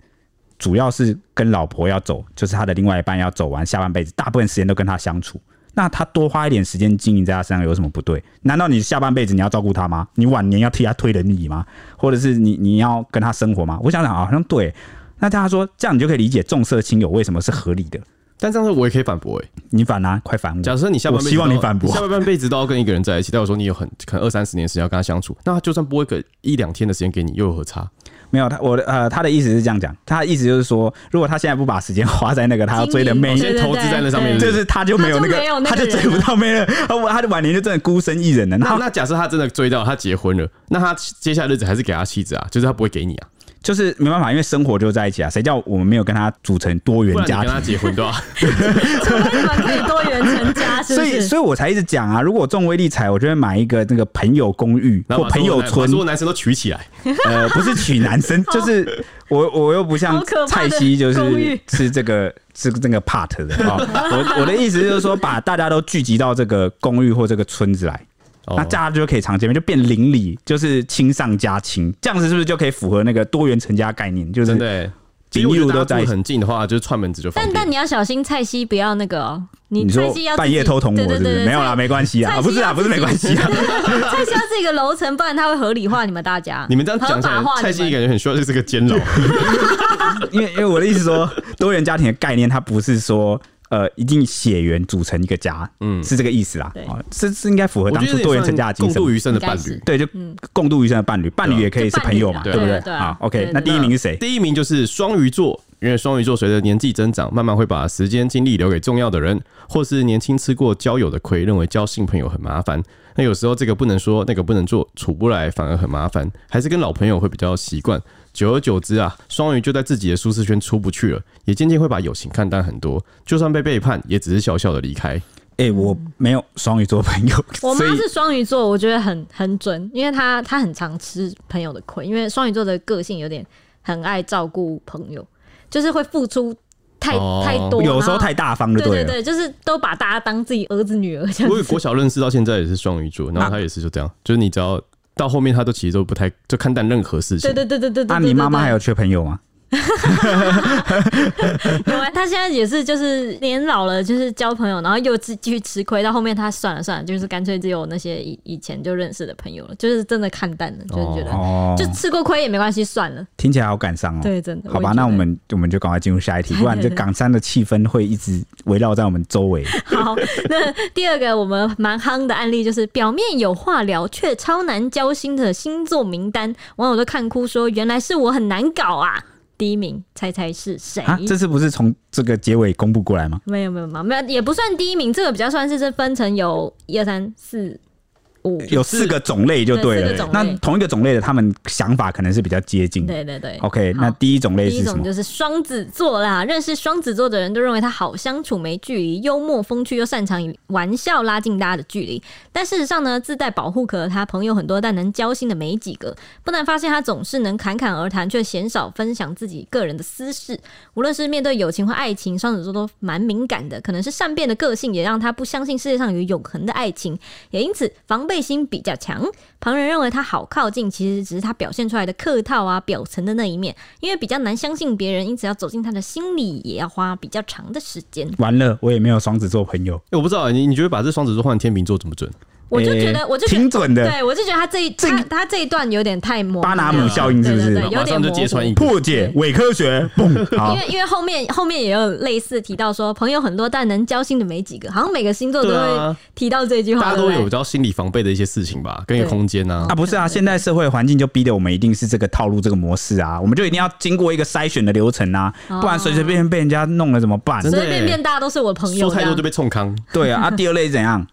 Speaker 1: 主要是跟老婆要走，就是他的另外一半要走完下半辈子，大部分时间都跟他相处。那他多花一点时间经营在他身上有什么不对？难道你下半辈子你要照顾他吗？你晚年要替他推轮椅吗？或者是你你要跟他生活吗？我想想好像对。那他说这样你就可以理解重色轻友为什么是合理的。
Speaker 3: 但这样子我也可以反驳哎、
Speaker 1: 你反啊，快反我！
Speaker 3: 假设你下半辈子
Speaker 1: 我希望
Speaker 3: 都
Speaker 1: 你反驳
Speaker 3: 下半辈子都要跟一个人在一起，代表说你有很可能二三十年时间要跟他相处，那他就算拨一个一两天的时间给你，又有何差？
Speaker 1: 没有他，我的呃，他的意思是这样讲，他的意思就是说，如果他现在不把时间花在那个他要追的妹，
Speaker 2: 对对对
Speaker 3: 哦投资在那上面
Speaker 1: 就是他就没有那
Speaker 2: 他就
Speaker 1: 个
Speaker 2: 没有，那
Speaker 1: 他
Speaker 2: 个
Speaker 1: 就
Speaker 2: 人啊
Speaker 1: 追不到妹了，他他的晚年就真的孤身一人了。啊然
Speaker 3: 那
Speaker 1: 后
Speaker 3: 那假设他真的追到他结婚了，那他接下来日子还是给他妻子啊，就是他不会给你啊，
Speaker 1: 就是没办法，因为生活就在一起啊，谁叫我们没有跟他组成多元
Speaker 3: 不然你
Speaker 1: 家
Speaker 3: 跟
Speaker 1: 庭
Speaker 3: 他？结婚对
Speaker 1: [LAUGHS]
Speaker 3: 吧、
Speaker 2: 除非你们可以多元成家，是
Speaker 1: 所
Speaker 2: 不
Speaker 1: 以，
Speaker 2: 是？
Speaker 1: 所以我才一直讲啊，如果中威力彩，我就会买一个那个朋友公寓
Speaker 3: 然
Speaker 1: 或
Speaker 3: 后把
Speaker 1: 朋友村
Speaker 3: 所，有男生都娶起来，
Speaker 1: [LAUGHS] 呃，不是娶男
Speaker 2: [LAUGHS]
Speaker 1: 生，就是我我又不像
Speaker 2: 好可怕
Speaker 1: 蔡
Speaker 2: 的
Speaker 1: 西，就
Speaker 2: 公寓
Speaker 1: 是是这个是这个 part 的啊、我我的意思就是说，把大家都聚集到这个公寓或这个村子来，那
Speaker 3: 哦
Speaker 1: 大家就可以常见面，就变邻里，就是亲上加亲，这样子是不是就可以符合那个多元成家概念？就是
Speaker 3: 真的、欸。其
Speaker 1: 顶
Speaker 3: 实我觉得
Speaker 1: 一路都
Speaker 3: 大家
Speaker 1: 在一
Speaker 3: 住
Speaker 1: 起
Speaker 3: 很近的话，就是串门子就方
Speaker 2: 但
Speaker 3: 便。
Speaker 2: 但你要小心蔡西不要那个哦，你
Speaker 1: 你
Speaker 2: 蔡
Speaker 1: 说
Speaker 2: 西要自己
Speaker 1: 半夜偷捅我是不
Speaker 2: 对
Speaker 1: 是？
Speaker 2: 对对对
Speaker 1: 没有啦，没关系啊，
Speaker 2: 蔡
Speaker 1: 啊
Speaker 2: 西
Speaker 1: 不是啊，
Speaker 2: 要
Speaker 1: 不是没关系啊。
Speaker 2: [LAUGHS] 蔡西要是一个楼层，不然他会合理化你们大
Speaker 1: [LAUGHS]
Speaker 2: 家。
Speaker 3: 你们这样讲
Speaker 2: 合
Speaker 3: 起来
Speaker 2: 法化，
Speaker 3: 蔡
Speaker 2: 你
Speaker 3: 心
Speaker 2: 们。
Speaker 3: 感觉很需要就是个监牢。
Speaker 1: 因为因为我的意思说，多元家庭的概念，它不是说呃一定血缘组成一个家，嗯，是这个意思啦
Speaker 2: 对。
Speaker 1: 哦是是应该符合
Speaker 3: 我
Speaker 1: 当
Speaker 3: 觉
Speaker 1: 初
Speaker 3: 得
Speaker 1: 多元成家的精
Speaker 3: 共
Speaker 1: 神
Speaker 3: 度。余生啊的伴
Speaker 2: 应该
Speaker 3: 侣
Speaker 2: 是。
Speaker 1: 对，就共度余生的伴侣，伴侣也可以是朋友嘛，
Speaker 2: 嗯就
Speaker 1: 对
Speaker 2: 伴
Speaker 1: 不
Speaker 2: 侣啊
Speaker 1: 对
Speaker 2: 对？啊
Speaker 1: 好
Speaker 2: 对
Speaker 1: ，OK，
Speaker 2: 对
Speaker 1: 那第一名是谁？
Speaker 3: 第一名就是双鱼座，因为双鱼座随着年纪增长，慢慢会把时间精力留给重要的人，或是年轻吃过交友的亏，认为交新朋友很麻烦。那有时候这个不能说，那个不能做，处不来反而很麻烦，还是跟老朋友会比较习惯。久而久之啊，双鱼就在自己的舒适圈出不去了，也渐渐会把友情看淡很多。就算被背叛，也只是小小的离开。
Speaker 1: 哎，我没有双鱼座朋友，
Speaker 2: 嗯我妈
Speaker 1: 所以
Speaker 2: 是双鱼座，我觉得很很准，因为她她很常吃朋友的亏，因为双鱼座的个性有点很爱照顾朋友，就是会付出太、
Speaker 3: 哦
Speaker 2: 太多，
Speaker 1: 有时候
Speaker 2: 然后
Speaker 1: 太大方就
Speaker 2: 对
Speaker 1: 对了。
Speaker 2: 对，就是都把大家当自己儿子女儿这
Speaker 3: 我
Speaker 2: 样
Speaker 3: 有
Speaker 2: 子。
Speaker 3: 国小认识到现在也是双鱼座，然后他也是就这样，就是你只要到后面他都其实都不太就看淡任何事情
Speaker 2: 对。对对对对对。
Speaker 1: 啊，
Speaker 2: 对
Speaker 1: 你妈妈
Speaker 2: 对
Speaker 1: 还有缺朋友吗？
Speaker 2: 有啊，他现在也是，就是年老了，就是交朋友，然后又继继续吃亏，到后面他算了算了，就是干脆只有那些以以前就认识的朋友了，就是真的看淡了，就是觉得、
Speaker 1: 哦，
Speaker 2: 就吃过亏也没关系，算了。
Speaker 1: 听起来好感伤哦。
Speaker 2: 对，真的。
Speaker 1: 好吧，
Speaker 2: 也觉得
Speaker 1: 那我们我们就赶快进入下一题，不
Speaker 2: [LAUGHS]
Speaker 1: 然这港山的气氛会一直围绕在我们周围。
Speaker 2: 好。那第二个我们蛮夯的案例就是，表面有话聊却超难交心的星座名单，网友都看哭说，原来是我很难搞啊。第一名，猜猜是谁？
Speaker 1: 啊，这次不是从这个结尾公布过来吗？
Speaker 2: 没有没有没有没有，也不算第一名，这个比较算是这分成有一二三四五，
Speaker 1: 有四个种类就
Speaker 2: 对
Speaker 1: 对
Speaker 2: 四
Speaker 1: 了。
Speaker 2: 个种类
Speaker 1: 那同一个种类的，他们想法可能是比较接近的。
Speaker 2: 对对对
Speaker 1: OK，
Speaker 2: 好
Speaker 1: 那第一种类
Speaker 2: 第一
Speaker 1: 是什
Speaker 2: 种
Speaker 1: 么？
Speaker 2: 就是双子座啦，认识双子座的人都认为他好相处、没距离、幽默风趣，又擅长以玩笑拉近大家的距离。但事实上呢，自带保护壳的他朋友很多，但能交心的没几个。不难发现，他总是能侃侃而谈，却鲜少分享自己个人的私事。无论是面对友情或爱情，双子座都蛮敏感的，可能是善变的个性也让他不相信世界上有永恒的爱情，也因此防备背心比较强。旁人认为他好靠近，其实只是他表现出来的客套啊、表层的那一面，因为比较难相信别人，因此要走进他的心里也要花比较长的时间。
Speaker 1: 完了，我也没有双子座朋友，
Speaker 3: 我不知道你，你觉得把这双子座换天秤座准不准？
Speaker 2: 我就觉
Speaker 1: 诶
Speaker 2: 得，我就觉
Speaker 1: 挺
Speaker 2: 得。
Speaker 1: 准的，
Speaker 2: 对，我就觉得他这一
Speaker 1: 这
Speaker 2: 他他这一段有点太模糊了
Speaker 1: 巴拿姆效应是不是
Speaker 2: 对对对有
Speaker 3: 马
Speaker 2: 点
Speaker 3: 上就
Speaker 2: 模糊
Speaker 3: 揭穿一个
Speaker 1: 破解伪科学，
Speaker 2: [LAUGHS]
Speaker 1: 嘣，好
Speaker 2: 因，为因为后面后面也有类似提到说，朋友很多，但能交心的没几个，好像每个星座都
Speaker 3: 对啊
Speaker 2: 会提到这句话，
Speaker 3: 大家
Speaker 2: 对不
Speaker 3: 都
Speaker 2: 对
Speaker 3: 有到心理防备的一些事情吧，跟一个
Speaker 2: 对
Speaker 3: 空间啊
Speaker 1: 啊，。不是啊，现在社会环境就逼得我们一定是这个套路、这个模式啊，我们就一定要经过一个筛选的流程啊，
Speaker 2: 哦
Speaker 1: 不然随随便便被人家弄了怎么
Speaker 2: [LAUGHS]
Speaker 1: 办
Speaker 3: 真？的
Speaker 2: 随随便便大家都是我的朋友
Speaker 3: 说
Speaker 2: 这
Speaker 3: 太多
Speaker 2: 样
Speaker 3: 就。被冲康，
Speaker 1: 对啊，啊，第二类怎样？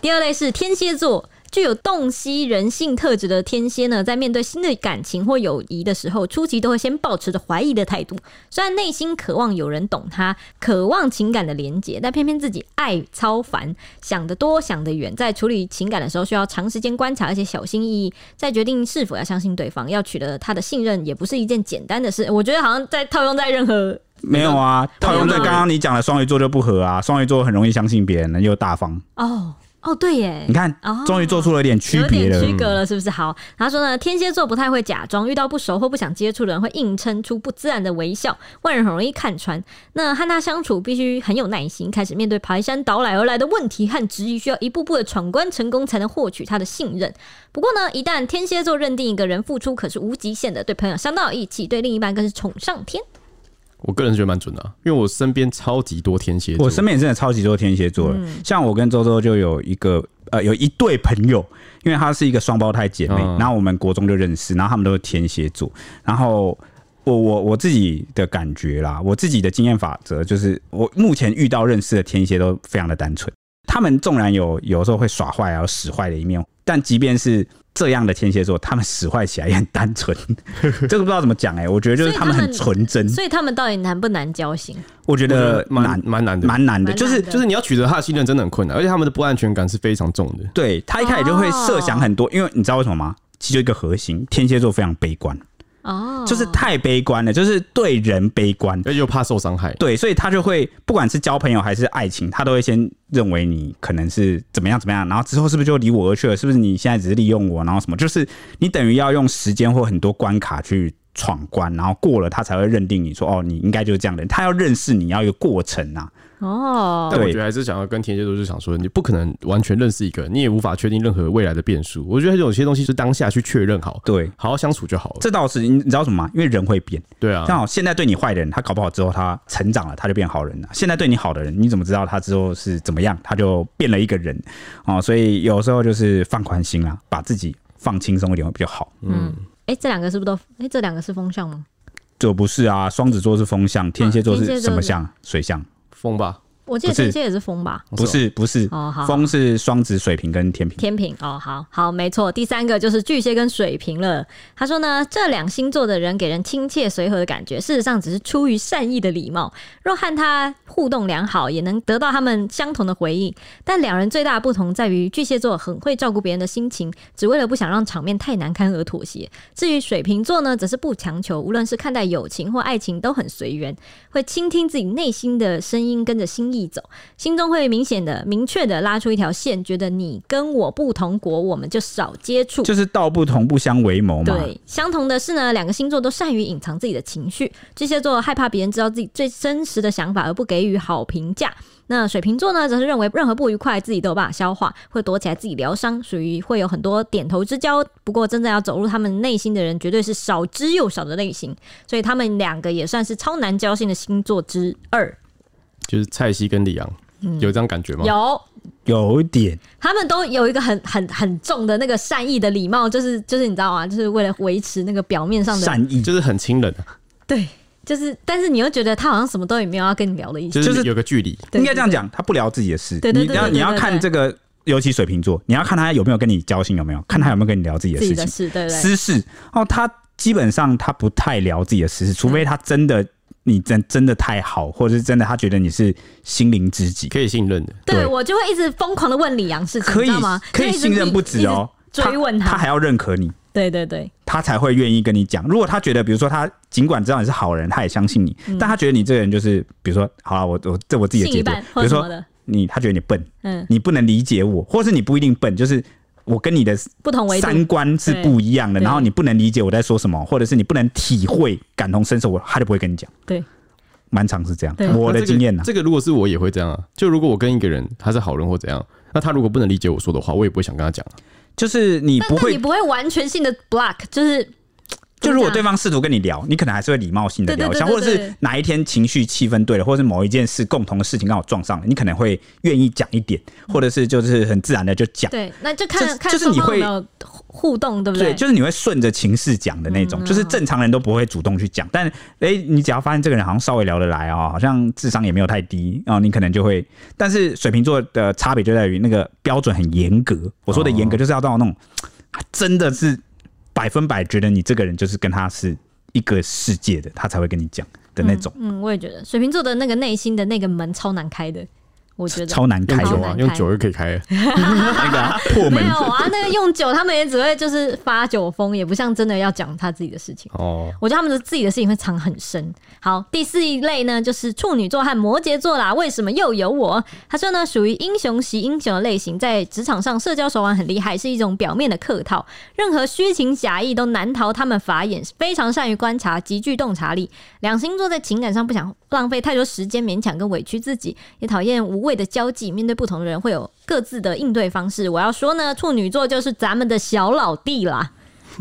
Speaker 2: 第二类是天蝎座。具有洞悉人性特质的天蝎呢，在面对新的感情或友谊的时候，初期都会先保持着怀疑的态度。虽然内心渴望有人懂他，渴望情感的连结，但偏偏自己爱超凡，想得多，想得远，在处理情感的时候需要长时间观察，而且小心翼翼，再决定是否要相信对方。要取得他的信任，也不是一件简单的事。我觉得好像在套用在任何
Speaker 1: 没有啊，套用在刚刚你讲的双鱼座就不合啊，双鱼座很容易相信别人，又大方。
Speaker 2: 哦哦，对耶，
Speaker 1: 你看
Speaker 2: 哦，
Speaker 1: 终于做出了点区
Speaker 2: 有
Speaker 1: 别
Speaker 2: 点
Speaker 1: 了。
Speaker 2: 区隔了，是不是？好，他说呢，天蝎座不太会假装，遇到不熟或不想接触的人会硬撑出不自然的微笑，外人很容易看穿。那和他相处必须很有耐心，开始面对排山倒海而来的问题和质疑，需要一步步的闯关成功，才能获取他的信任。不过呢，一旦天蝎座认定一个人付出可是无极限的，对朋友相当有义气，对另一半更是宠上天。
Speaker 3: 我个人觉得蛮准的啊、因为我身边超级多天蝎座，
Speaker 1: 我身边也真的超级多天蝎座的，像我跟周周就有一个呃有一对朋友，因为她是一个双胞胎姐妹，
Speaker 3: 嗯
Speaker 1: 然后我们国中就认识，然后他们都是天蝎座，然后。我我我自己的感觉啦，我自己的经验法则就是，我目前遇到认识的天蝎都非常的单纯，他们纵然有有时候会耍坏啊、有使坏的一面，但即便是这样的天蝎座，他们使坏起来也很单纯，这个不知道怎么讲哎、我觉得就是
Speaker 2: 所以
Speaker 1: 他们
Speaker 2: 他
Speaker 1: 很
Speaker 2: 们
Speaker 1: 纯真，
Speaker 2: 所以他们到底难不难交心？
Speaker 1: 我觉
Speaker 3: 我觉得
Speaker 1: 得
Speaker 3: 蛮
Speaker 1: 蛮
Speaker 3: 蛮难的，
Speaker 1: 蛮难的，
Speaker 2: 蛮
Speaker 1: 就是
Speaker 2: 难的
Speaker 3: 就是你要取得他的信任真的很困难，而且他们的不安全感是非常重的。
Speaker 1: 对他一开始就会设想很多，因为你知道为什么吗？其中一个核心，天蝎座非常悲观，
Speaker 2: 哦，
Speaker 1: 就是太悲观了，就是对人悲观。
Speaker 3: 而且又怕受伤害，
Speaker 1: 对，所以他就会不管是交朋友还是爱情，他都会先认为你可能是怎么样怎么样，然后之后是不是就离我而去了？是不是你现在只是利用我，然后什么？就是你等于要用时间或很多关卡去闯关，然后过了他才会认定你说哦，你应该就是这样的人。他要认识你要有过程啊，
Speaker 2: 哦，
Speaker 3: 但我
Speaker 1: 对
Speaker 3: 觉得还是想要跟天蝎座就是想说，你不可能完全认识一个人，你也无法确定任何未来的变数。我觉得有些东西是当下去确认好，
Speaker 1: 对。
Speaker 3: 好好相处就好了。
Speaker 1: 这倒是，你你知道什么吗？因为人会变，
Speaker 3: 对啊，
Speaker 1: 像好现在对你坏的人，他搞不好之后他成长了，他就变好人了。现在对你好的人，你怎么知道他之后是怎么样？他就变了一个人哦。所以有时候就是放宽心啦，把自己放轻松一点会比较好。
Speaker 2: 嗯，哎、这两个是不是都？哎、这两个是风向吗？
Speaker 1: 这不是啊，双子座是风象，天蝎座
Speaker 2: 哦天
Speaker 1: 是
Speaker 2: 蝎座
Speaker 1: 什么
Speaker 2: 是
Speaker 1: 象？水象？
Speaker 3: 疯吧，
Speaker 2: 我记得
Speaker 1: 不是
Speaker 2: 天蝎也是风吧？
Speaker 1: 不是，不是
Speaker 2: 哦好，
Speaker 1: 风是双子、水瓶跟天平。
Speaker 2: 天平哦，好好，没错。第三个就是巨蟹跟水瓶了。他说呢，这两星座的人给人亲切随和的感觉，事实上只是出于善意的礼貌。若和他互动良好，也能得到他们相同的回应。但两人最大的不同在于，巨蟹座很会照顾别人的心情，只为了不想让场面太难堪而妥协。至于水瓶座呢，则是不强求，无论是看待友情或爱情都很随缘，会倾听自己内心的声音，跟着心意走。心中会明显的、明确的拉出一条线，觉得你跟我不同国，我们就少接触。
Speaker 1: 就是道不同不相为谋嘛。
Speaker 2: 对，相同的是呢，两个星座都善于隐藏自己的情绪。巨蟹座害怕别人知道自己最真实的想法，而不给予好评价。那水瓶座呢，则是认为任何不愉快自己都有办法消化，会躲起来自己疗伤，属于会有很多点头之交。不过，真正要走入他们内心的人，绝对是少之又少的类型。所以，他们两个也算是超难交心的星座之二。
Speaker 3: 就是蔡西跟李昂，有这样感觉吗？
Speaker 2: 有
Speaker 1: 有一点，
Speaker 2: 他们都有一个很很很重的那个善意的礼貌，就是就是你知道吗？就是为了维持那个表面上的
Speaker 1: 善意，
Speaker 3: 就是很亲人啊，
Speaker 2: 对，就是但是你又觉得他好像什么都也没有要跟你聊的意思，
Speaker 3: 就是
Speaker 1: 就是
Speaker 3: 有个距离。
Speaker 2: 对
Speaker 1: 应该这样讲，他不聊自己的事。
Speaker 2: 对对对
Speaker 1: 你要
Speaker 2: 对对
Speaker 1: 你要
Speaker 2: 对对
Speaker 1: 看这个，尤其水瓶座，你要看他有没有跟你交心，有没有看他有没有跟你聊自己的
Speaker 2: 自己
Speaker 1: 事
Speaker 2: 的
Speaker 1: 情。
Speaker 2: 事，对不对？
Speaker 1: 私事哦，他基本上他不太聊自己的私
Speaker 2: 嗯
Speaker 1: 事，除非他真的你真真的太好，或者是真的他觉得你是心灵知己，
Speaker 3: 可以信任的，
Speaker 2: 对
Speaker 1: 对
Speaker 2: 我就会一直疯狂的问李阳事情，
Speaker 1: 可
Speaker 2: 你
Speaker 1: 以
Speaker 2: 知道吗？
Speaker 1: 可以
Speaker 2: 就一直
Speaker 1: 信任不止哦，
Speaker 2: 一直追问
Speaker 1: 他，
Speaker 2: 他
Speaker 1: 还要认可你，
Speaker 2: 对对对，
Speaker 1: 他才会愿意跟你讲。如果他觉得，比如说他尽管知道你是好人，他也相信你，但他觉得你这个人就是，比如说，好了，我我这我自己的
Speaker 2: 嗯信
Speaker 1: 解
Speaker 2: 一
Speaker 1: 读，
Speaker 2: 半
Speaker 1: 比
Speaker 2: 或
Speaker 1: 如
Speaker 2: 什么
Speaker 1: 说
Speaker 2: 的，
Speaker 1: 你他觉得你笨，
Speaker 2: 嗯，
Speaker 1: 你不能理解我，或是你不一定笨，就是我跟你的
Speaker 2: 不同维度，
Speaker 1: 三观是不一样的，
Speaker 2: 对
Speaker 1: 然后你不能理解我在说什么，或者是你不能体会、感同身受，我他就不会跟你讲。
Speaker 2: 对，
Speaker 1: 蛮常是这样
Speaker 2: 对，
Speaker 1: 我的经验啊呢、
Speaker 3: 嗯这个如果是我也会这样啊。就如果我跟一个人他是好人或怎样，那他如果不能理解我说的话，我也不会想跟他讲啊。
Speaker 1: 就是你
Speaker 2: 但
Speaker 1: 不
Speaker 2: 但你
Speaker 1: 会，
Speaker 2: 不会完全性的 block，就是
Speaker 1: 就如果对
Speaker 2: 方
Speaker 1: 方试图跟你聊，你可能还是会礼貌性的聊一下，
Speaker 2: 对
Speaker 1: 或
Speaker 2: 对
Speaker 1: 者
Speaker 2: 对对
Speaker 1: 是哪一天情绪气氛对了，或者是某一件事共同的事情刚好撞上了，你可能会愿意讲一点，或者是就是很自然的就讲。
Speaker 2: 对，那就
Speaker 1: 就
Speaker 2: 看看
Speaker 1: 就是你
Speaker 2: 双方
Speaker 1: 会
Speaker 2: 有没有互动，对不嗯
Speaker 1: 对，就是你会顺着情势讲的那种，就是正常人都不会主动去讲，但哎、你只要发现这个人好像稍微聊得来哦，好像智商也没有太低哦，你可能就会。但是水瓶座的差别就在于那个标准很严格，我说的
Speaker 2: 哦
Speaker 1: 严格就是要到那种、真的是百分百觉得你这个人就是跟他是一个世界的，他才会跟你讲的那种，
Speaker 2: 嗯，我也觉得水瓶座的那个内心的那个门超难开的，我嗯觉得
Speaker 1: 超难
Speaker 2: 好
Speaker 1: 开的
Speaker 2: 用
Speaker 3: 酒
Speaker 2: 难
Speaker 3: 啊，
Speaker 2: 开
Speaker 3: 用酒就可以开了。
Speaker 1: [LAUGHS] 那个破
Speaker 2: 没
Speaker 1: 门
Speaker 2: 有。啊，那个用酒，他们也只会就是发酒疯，也不像真的要讲他自己的事情。
Speaker 3: 哦，
Speaker 2: 我觉得他们的自己的事情会藏很深。好，第四一类呢，就是处女座和摩羯座啦。为什么又有我？他说呢，属于英雄惜英雄的类型，在职场上社交手腕很厉害，是一种表面的客套，任何虚情假意都难逃他们法眼，非常善于观察，极具洞察力。两星座在情感上不想浪费太多时间勉强跟委屈自己，也讨厌无谓的交际，面对不同的人会有各自的应对方式。我要说呢，处女座就是咱们的小老弟啦。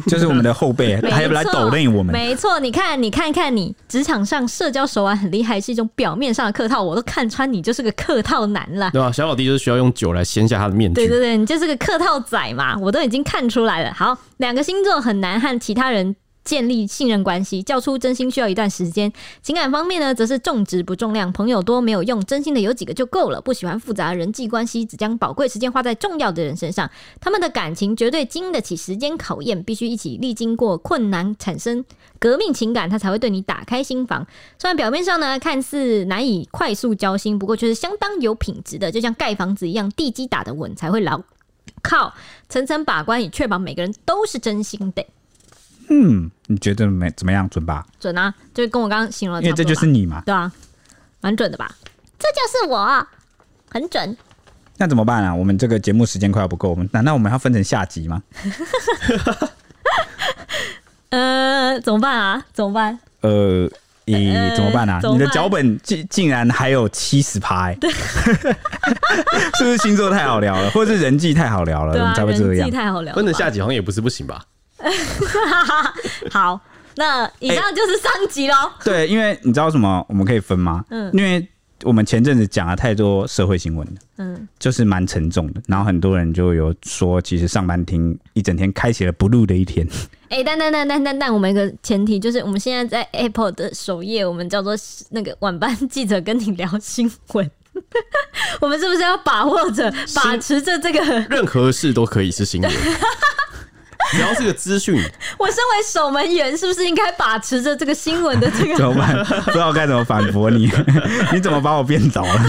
Speaker 1: 就是我们的后辈
Speaker 2: [LAUGHS] 没
Speaker 1: 还要来
Speaker 2: 错
Speaker 1: 抖内我们，
Speaker 2: 没错，你看，你看看你，职场上社交手腕很厉害，是一种表面上的客套，我都看穿你就是个客套男啦。
Speaker 3: 对吧、小老弟就是需要用酒来掀下他的面具。
Speaker 2: 对对对，你就是个客套仔嘛，我都已经看出来了。好，两个星座很难和其他人。建立信任关系，较出真心需要一段时间。情感方面呢，则是重质不重量，朋友多没有用，真心的有几个就够了。不喜欢复杂的人际关系，只将宝贵时间花在重要的人身上。他们的感情绝对经得起时间考验，必须一起历经过困难，产生革命情感，他才会对你打开心房。虽然表面上呢看似难以快速交心，不过却是相当有品质的，就像盖房子一样，地基打得稳才会牢靠，层层把关，以确保每个人都是真心的。
Speaker 1: 嗯，你觉得没怎么样，准吧？
Speaker 2: 准啊，就跟我刚刚形容的
Speaker 1: 因为
Speaker 2: 哦差不
Speaker 1: 这
Speaker 2: 多吧，
Speaker 1: 就是你嘛，
Speaker 2: 对啊，蛮准的吧？这就是我，很准。
Speaker 1: 那怎么办啊？我们这个节目时间快要不够，我们难道我们要分成下集吗？
Speaker 2: 呃，怎么办啊？怎么办？
Speaker 1: 呃，咦、
Speaker 2: 呃
Speaker 1: 怎么办啊？
Speaker 2: 怎么
Speaker 1: 你
Speaker 2: 办
Speaker 1: 的脚本竟竟然还有七十趴，欸 [LAUGHS] 是不是星座太好聊了，或者是人际太好聊了，
Speaker 2: 对
Speaker 1: 我
Speaker 2: 啊
Speaker 1: 们，才会这
Speaker 2: 人
Speaker 1: 样
Speaker 2: 际？太好聊了吧。
Speaker 3: 分得下几好像也不是不行吧？
Speaker 2: 好，那以上就是上集喽。
Speaker 1: 对，因为你知道什么我们可以分吗？
Speaker 2: 嗯
Speaker 1: 因为我们前阵子讲了太多社会新闻了。
Speaker 2: 嗯，
Speaker 1: 就是蛮沉重的，然后很多人就有说，其实上班听一整天开启了 blue 的一天，
Speaker 2: 哎、但但但但但但，我们有一个前提就是，我们现在在 Apple 的首页，我们叫做那个晚班记者跟你聊新闻。 [LAUGHS] 我们是不是要把握着、把持着这个？
Speaker 3: 任何事都可以是新闻， [LAUGHS] 只要是个资讯，
Speaker 2: 我身为守门员，是不是应该把持着这个新闻的这
Speaker 1: [LAUGHS] 怎么
Speaker 2: 个？
Speaker 1: 办？不知道该怎么反驳你， [LAUGHS] 你怎么把我变倒了？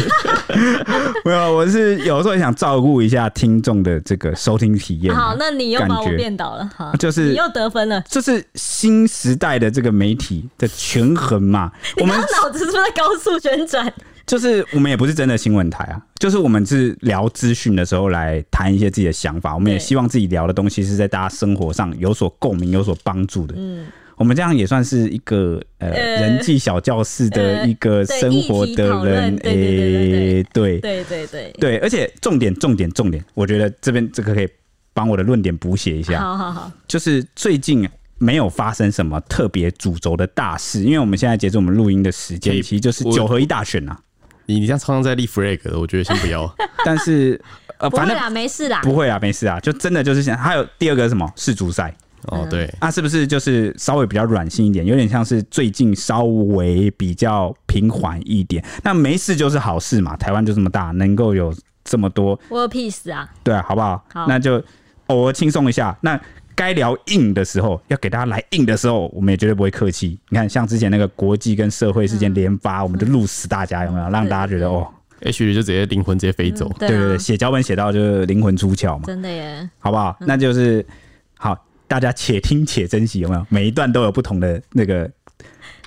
Speaker 1: [LAUGHS] 没有，我是有时候也想照顾一下听众的这个收听体验啊。
Speaker 2: 好，那你又把我
Speaker 1: 感觉啊
Speaker 2: 变倒了，好，
Speaker 1: 就是
Speaker 2: 你又得分了。
Speaker 1: 这是新时代的这个媒体的权衡嘛？我
Speaker 2: 你
Speaker 1: 们
Speaker 2: 刚刚脑子是不是在高速旋转？
Speaker 1: 就是我们也不是真的新闻台啊，就是我们是聊资讯的时候来谈一些自己的想法，我们也
Speaker 2: 对
Speaker 1: 希望自己聊的东西是在大家生活上有所共鸣、有所帮助的。我们这样也算是一个呃
Speaker 2: 嗯呃
Speaker 1: 人际小教室的
Speaker 2: 呃
Speaker 1: 一个
Speaker 2: 对
Speaker 1: 生活
Speaker 2: 议题
Speaker 1: 的
Speaker 2: 讨论
Speaker 1: 人，
Speaker 2: 对对对对对
Speaker 1: 诶对
Speaker 2: 对对对，
Speaker 1: 对，而且重点重点重点，我觉得这边这个可以帮我的论点补写一下。
Speaker 2: 好好好，
Speaker 1: 就是最近没有发生什么特别主轴的大事，因为我们现在截止我们录音的时间
Speaker 3: 可，以
Speaker 1: 其实就是
Speaker 3: 我
Speaker 1: 九合一大选啊。
Speaker 3: 你你这样常常在立 flag，的我觉得先不要。
Speaker 2: [LAUGHS]
Speaker 1: 但是呃，
Speaker 2: 不会
Speaker 1: 反正
Speaker 2: 啦，没事啦。
Speaker 1: 不会啊，没事啊，就真的就是想，还有第二个是什么世足赛
Speaker 3: 哦，对，
Speaker 1: 啊，是不是就是稍微比较软性一点，有点像是最近稍微比较平缓一点。那没事就是好事嘛，台湾就这么大，能够有这么多
Speaker 2: 我有 peace 啊，
Speaker 1: 对啊，好不好？
Speaker 2: 好
Speaker 1: 那就偶尔轻松一下。那该聊硬的时候，要给大家来硬的时候，我们也绝对不会客气。你看，像之前那个国际跟社会事
Speaker 2: 嗯
Speaker 1: 件连发，我们就录死大家，有没有？让大家觉得哦，
Speaker 3: h 许就直接灵魂直接飞走。
Speaker 2: 对
Speaker 1: 对对
Speaker 2: 啊
Speaker 1: 对，，写脚本写到就是灵魂出窍嘛，
Speaker 2: 真的耶。
Speaker 1: 好不好？
Speaker 2: 嗯
Speaker 1: 那就是好，大家且听且珍惜，有没有？每一段都有不同的那个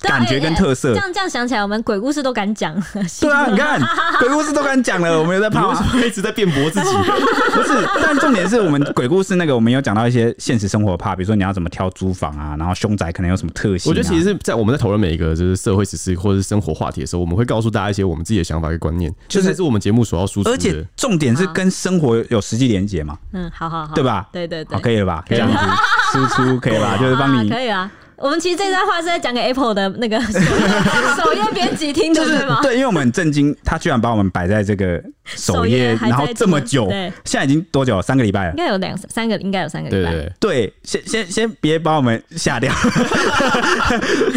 Speaker 2: 对啊
Speaker 1: 感觉跟特色
Speaker 2: 这。样这样想起来，我们鬼故事都敢讲。
Speaker 1: 对啊，你看鬼故事都敢讲了，我们有在
Speaker 3: 你
Speaker 1: 怕
Speaker 3: 为什
Speaker 1: 吗？
Speaker 3: 么一直在辩驳自己？
Speaker 1: [LAUGHS] 不是，但重点是我们鬼故事那个，我们有讲到一些现实生活的怕，比如说你要怎么挑租房啊，然后凶宅可能有什么特性、啊。
Speaker 3: 我觉得其实是在我们在讨论每一个就是社会时事或者是生活话题的时候，我们会告诉大家一些我们自己的想法跟观念，
Speaker 1: 就
Speaker 3: 这
Speaker 1: 是
Speaker 3: 才是我们节目所要输出
Speaker 1: 而且
Speaker 3: 的。
Speaker 1: 重点是跟生活有实际连结嘛，
Speaker 2: 嗯，好好好，
Speaker 1: 对吧
Speaker 2: 对对对，
Speaker 1: 好，可以了吧？
Speaker 3: 可
Speaker 1: 这
Speaker 3: 以了
Speaker 1: 样子输出可以
Speaker 2: [LAUGHS]
Speaker 1: 吧？就是帮
Speaker 2: 啊
Speaker 1: 你
Speaker 2: 可以啊。我们其实这段话是在讲给 Apple 的
Speaker 1: [LAUGHS]
Speaker 2: 那个首页首页编辑听的，
Speaker 1: 就是
Speaker 2: 对吗？
Speaker 1: 对，因为我们很震惊，他居然把我们摆在这个首
Speaker 2: 首
Speaker 1: 页，
Speaker 2: 页还
Speaker 1: 然
Speaker 2: 在
Speaker 1: 后这么久，
Speaker 2: 对
Speaker 1: 现在已经多久了？三个礼拜了
Speaker 2: 应。该有两三个，应该有三个
Speaker 3: 对
Speaker 2: 礼
Speaker 3: 对
Speaker 2: 拜。
Speaker 3: 对，
Speaker 1: 对，先先先别把我们
Speaker 2: [LAUGHS]
Speaker 1: 吓掉，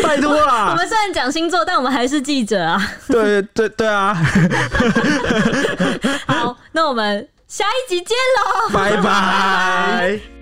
Speaker 1: 拜托
Speaker 2: 我
Speaker 1: 啦！
Speaker 2: 们虽然讲星座，但我们还是记者啊。
Speaker 1: 对对对啊，
Speaker 2: [LAUGHS] 好，那我们下一集见喽。
Speaker 1: 拜拜。